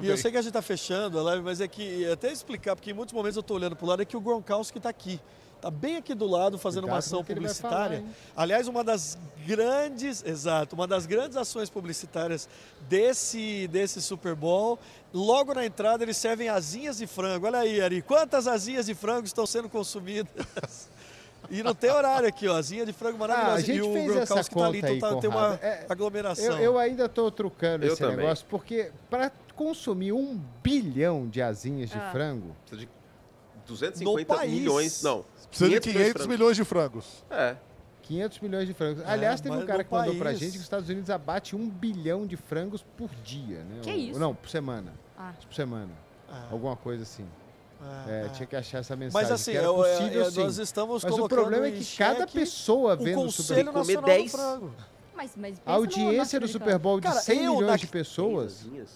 E eu sei que a gente tá fechando a live, mas é que até explicar, porque em muitos momentos eu tô olhando pro lado, é que o Gronkowski tá aqui. Tá bem aqui do lado fazendo Cuidado uma com ação o que ele vai publicitária. falar, hein? Aliás, uma das grandes, exato, uma das grandes ações publicitárias desse desse Super Bowl, logo na entrada eles servem asinhas de frango. Olha aí, Ari, quantas asinhas de frango estão sendo consumidas? E não tem horário aqui, ó. Asinha de frango maravilhosa. Ah, a gente e o fez essa Gronkowski tá ali, conta aí, então tá- tem uma Conrado. É, aglomeração. Eu, eu ainda tô trucando Eu esse também. negócio, porque para consumir um bilhão de asinhas de Ah. frango, Precisa de 250 país. milhões. Não. Precisa de 500 francos. milhões de frangos. É. 500 milhões de frangos. Aliás, teve um É, mas cara no que mandou pra país. gente que os Estados Unidos abate um bilhão de frangos por dia, né? Que Ou- isso? Não, por semana. Ah. Por Tipo, semana. Ah, Alguma coisa assim. ah, É, ah. tinha que achar essa mensagem. Mas assim, que era eu- é- possível, é- sim. nós estamos Mas o colocando problema é em que cada xeque pessoa o vendo o Super Conselho Bowl. Bowl. Tem que Nacional comer do 10. Frango. Mas, mas pensa A no audiência do norte-americano. Super Bowl de Cara, 100 eu milhões daqui- de pessoas Asinhas.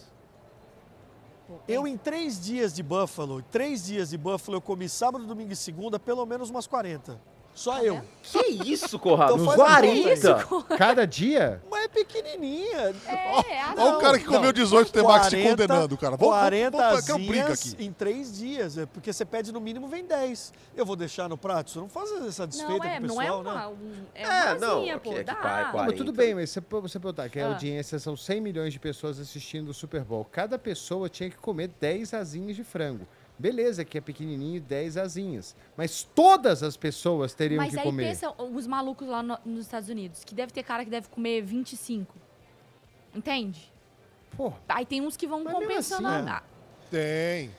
pô. Eu, em três dias de Buffalo, três dias de Buffalo, eu comi sábado, domingo e segunda, pelo menos umas 40. Só Tá eu. vendo? Que isso, Corrado? Então Uns faz a conta aí. 40? Cada dia? Mas é pequenininha. É, ah, Olha não. o cara que comeu 18 Temax se 40, condenando, cara. Vamos, 40 vamos, vamos, eu brinco asinhas aqui. em três dias, é, porque você pede no mínimo, vem 10. Eu vou deixar no prato? Isso não faz essa desfeita Não é, com o não é pessoal, né? uma. um- é É, uma não, asinha, ok, pô. é que dá. vai, Não, vai. mas tudo 40. bem, mas você, você perguntar que a Ah. audiência são 100 milhões de pessoas assistindo o Super Bowl. Cada pessoa tinha que comer 10 asinhas de frango. Beleza, que é pequenininho, 10 asinhas. Mas todas as pessoas teriam Mas que aí comer. pensa os malucos lá no- nos Estados Unidos, que deve ter cara que deve comer 25. Entende? Pô, Aí tem uns que vão Mas mesmo compensando. assim, a- Tem.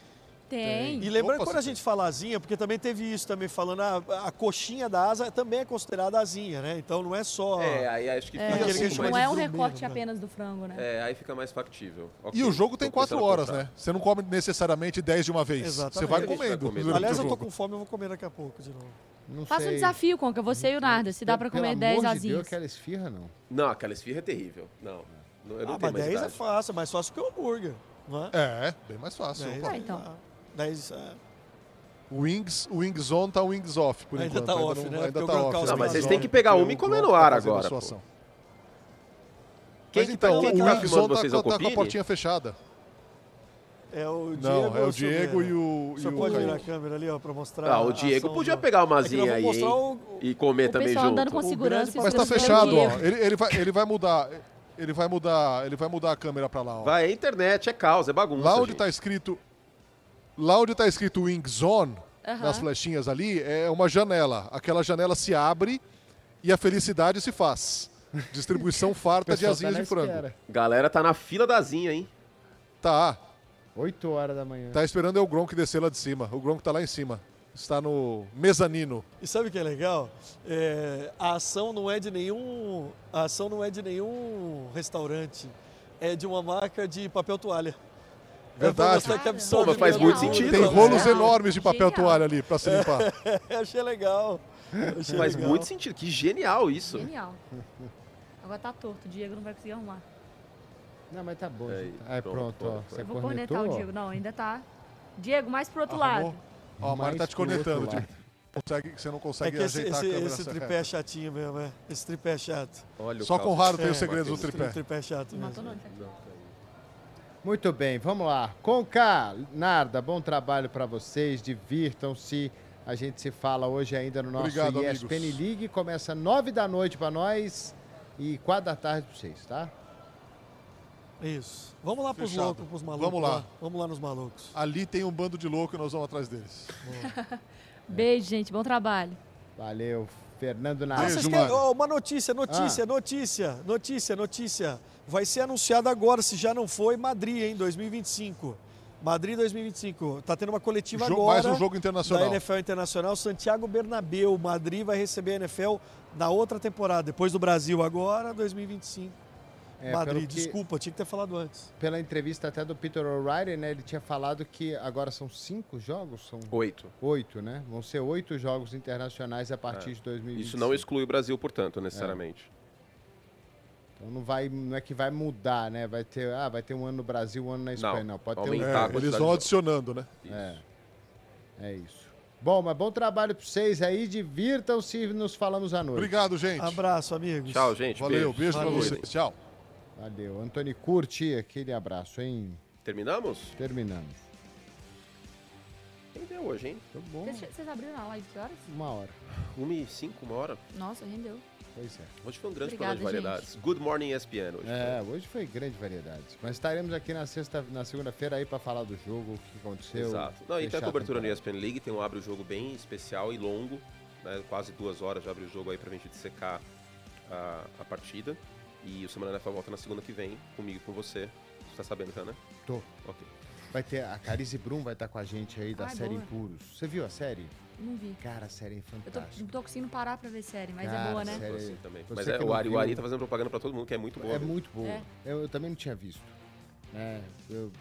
Tem. E lembrando Opa, que quando a você gente fala asinha, porque também teve isso, também falando, ah, a coxinha da asa também é considerada asinha, né? Então não é só... É, aí acho que aquele fica que a assim, gente não mas... mais é um de zumbi, recorte né? apenas do frango, né? É, aí fica mais factível. Ok, E o jogo tem tô 4 começando a horas, comprar. né? Você não come necessariamente 10 de uma vez. Exatamente. Você vai A gente vai comendo. comendo. durante Aliás, o eu tô jogo. com fome, eu vou comer daqui a pouco de novo. não Faça um sei. desafio, Conca, você e o Narda, se dá pra comer Pelo 10 amor de Deus, asinhas. aquela esfirra, não. Não, aquela esfirra é terrível. Não, não eu não ah, tenho mas mais 10 é idade. fácil, é mais fácil que o hambúrguer, não é? É, bem mais fácil. Dez, opa. Ah, então. ah, dez, ah, Wings, wings on tá wings off, por Ainda enquanto. tá off, né? Porque Ainda o tá Gronkowski off. Não, mas vocês têm que pegar uma e O comer no Gronkowski tá ar fazendo a agora, sua pô. ação. Quem Mas que tá, então, quem o que tá Wings on filmando tá, vocês? com- É o tá com a Copini? portinha fechada. É o Diego. Não, é o ou Diego e o... O E senhor o pode virar a Kaique. câmera ali, ó, pra mostrar. Ah, a o Diego ação podia do- pegar uma É que nós asinha aí, vamos hein? mostrar o- E comer O também pessoal junto. andando com O segurança. grande e Mas tá segurando fechado, ó. dinheiro. Ele, ele vai, ele vai mudar... Ele vai mudar... Ele vai mudar a câmera pra lá, ó. Vai, é internet, é caos, é bagunça, Lá onde gente. tá escrito. Lá onde tá escrito Wing Zone, nas flechinhas ali, é uma janela. Aquela janela se abre e a felicidade se faz. Distribuição farta de Pessoal, tá asinhas na de frango. espera. Galera tá na fila da asinha, hein? Tá, 8 horas da manhã. tá esperando é o Gronk descer lá de cima. O Gronk tá lá em cima. Está no mezanino. E sabe o que é legal? É, a ação não é de nenhum. A ação não é de nenhum restaurante. É de uma marca de papel toalha. Eu vou Verdade. mostrar que é Pô, absorve mas faz melhor. muito sentido, Tem né? rolos Genial, enormes de papel genial. toalha ali pra se limpar. Achei legal. Achei Faz legal. muito sentido. Que genial isso. Genial. Agora tá torto, o Diego não vai conseguir arrumar. Não, mas tá bom. É, gente. Aí pronto, pronto, ó. foi, foi. Você Eu vou cornetar cornetou, o ó. Diego. Não, ainda tá. Diego, mais pro outro Arrumou? lado. Ó, a Mais Mari tá te pro outro conectando. lado. Tipo, consegue, você não É consegue que esse, ajeitar esse- Tá a câmera. esse essa tripé reta. é chatinho mesmo, é. Esse tripé é chato. Olha o Só caos. com o Raro tem É, os segredos do Esse tripé. tripé é chato Não matou mesmo. não, tá? Muito bem, vamos lá. Conca, Narda, bom trabalho para vocês, divirtam-se. A gente se fala hoje ainda no nosso Obrigado, amigos. ESPN League. Começa nove da noite para nós e quatro da tarde para vocês, tá? Isso. Vamos lá pros Fechado. loucos, pros malucos. né? Vamos lá. Vamos lá nos malucos. Ali tem um bando de louco e nós vamos atrás deles. Beijo, gente. Bom trabalho. Valeu, Fernando Ah, Narda. Beijo, vocês querem... mano. Ah. Ó, uma notícia, notícia, notícia, notícia, notícia. Vai ser anunciado agora, se já não foi, Madrid, hein, 2025. Madrid 2025. Tá tendo uma coletiva Jogo- agora mais um jogo internacional. da NFL Internacional, Santiago Bernabeu. Madrid vai receber a NFL na outra temporada, depois do Brasil agora, 2025. É, Madrid, pelo que- desculpa, tinha que ter falado antes. Pela entrevista até do Peter O'Reilly, né? Ele tinha falado que agora são cinco jogos, são Oito. oito, né? Vão ser oito jogos internacionais a partir de 2020. É. Isso não exclui o Brasil, portanto, necessariamente. Então não vai, não é que vai mudar, né? Vai ter, ah, vai ter um ano no Brasil, um ano na Espanha, não. Pode ter um É, Aumentar a quantidade eles de vão jogos. adicionando, né? Isso. É isso. Bom, mas bom trabalho pra vocês aí. Divirtam-se e nos falamos à noite. Obrigado, gente. Abraço, amigos. Tchau, gente. Valeu, beijo, pra Valeu. vocês. Tchau. Valeu. Antônio Curti, aquele abraço, hein? Terminamos? Terminamos. Rendeu hoje, hein? Tá bom. Vocês vocês abriram a live que horas? Uma hora. Uma e cinco, uma hora. Nossa, rendeu. Pois é. Hoje foi um grande Obrigada, programa de variedades. Good Morning ESPN hoje. É, hoje foi grande variedade. Mas estaremos aqui na sexta, na segunda-feira aí pra falar do jogo, o que aconteceu. Exato. Não, e tem fechar a cobertura no temporada. ESPN League, tem um abre o jogo bem especial e longo, né? quase duas horas já abre o jogo aí pra gente dissecar a, a partida. E o Semana NFL volta na segunda que vem, comigo e com você. Você tá sabendo já, né? Tô. Ok. Vai ter a Carize Brum vai estar com a gente aí da Ai, série boa. Impuros. Você viu a série? Não vi. Cara, a série é Eu tô, fantástica. não tô conseguindo parar pra ver série, mas Cara, é boa, né? sério. Tô É, assim também. você Mas é, que o não Ari, o viu- Ari tá fazendo propaganda pra todo mundo, que é muito boa. É mesmo. muito boa. É. Eu, eu também não tinha visto. né? eu, eu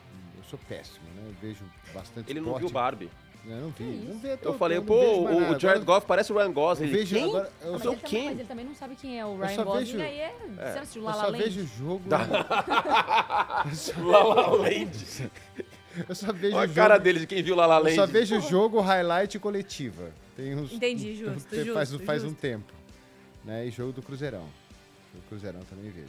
sou péssimo, né? Eu vejo bastante Ele não viu o bar. Barbie. Eu não vi. Que Não vi até Eu o- falei, não pô, vejo mais o, nada. o Jared Agora- Goff parece o Ryan Gosling. Eu vejo Quem? agora. Eu Ah, só, sou mas, ele também, quem? mas ele também não sabe quem é o Eu Ryan só Gosling, vejo- aí é... Você assistiu eu La La só Land? vejo jogo. La La Land. Eu só vejo Olha a jogo- cara dele de quem viu lá lá Eu só Land. vejo jogo, highlight e coletiva. Tem uns. Entendi, justo, tem- justo, faz, faz um justo. tempo. Né? E jogo do Cruzeirão. O Cruzeirão também vejo.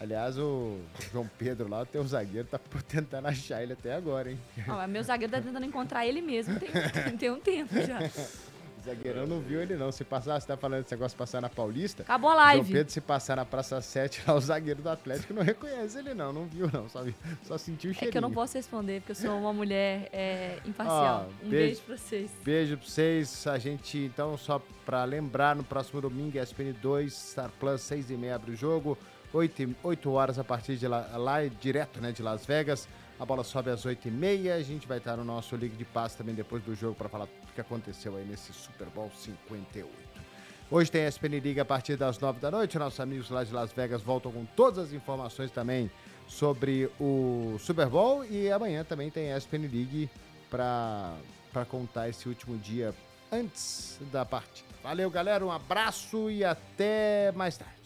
Aliás, o João Pedro lá, o teu zagueiro, tá tentando achar ele até agora, hein? Ó, mas meu zagueiro tá tentando encontrar ele mesmo tem, tem um tempo já. O zagueirão não viu ele, não. Se passar, você tá falando esse negócio de passar na Paulista. Acabou a João Tá live. Pedro, se passar na Praça 7, lá o zagueiro do Atlético não reconhece ele, não. Não viu, não. Só, vi- só sentiu o É cheirinho. que eu não posso responder, porque eu sou uma mulher é, Ah, imparcial. um beijo. beijo. pra vocês. Beijo pra vocês. A gente, então, só pra lembrar, no próximo domingo, ESPN 2, Star Plus, 6 e meia abre o jogo. 8, e- 8 horas a partir de lá, lá, direto né, de Las Vegas. A bola sobe às 8 e meia. A gente vai estar no nosso Ligue de Paz também depois do jogo pra falar tudo que aconteceu aí nesse Super Bowl 58. Hoje tem a ESPN Liga a partir das 9 da noite. Nossos amigos lá de Las Vegas voltam com todas as informações também sobre o Super Bowl. E amanhã também tem a ESPN League para contar esse último dia antes da partida. Valeu, galera. Um abraço e até mais tarde.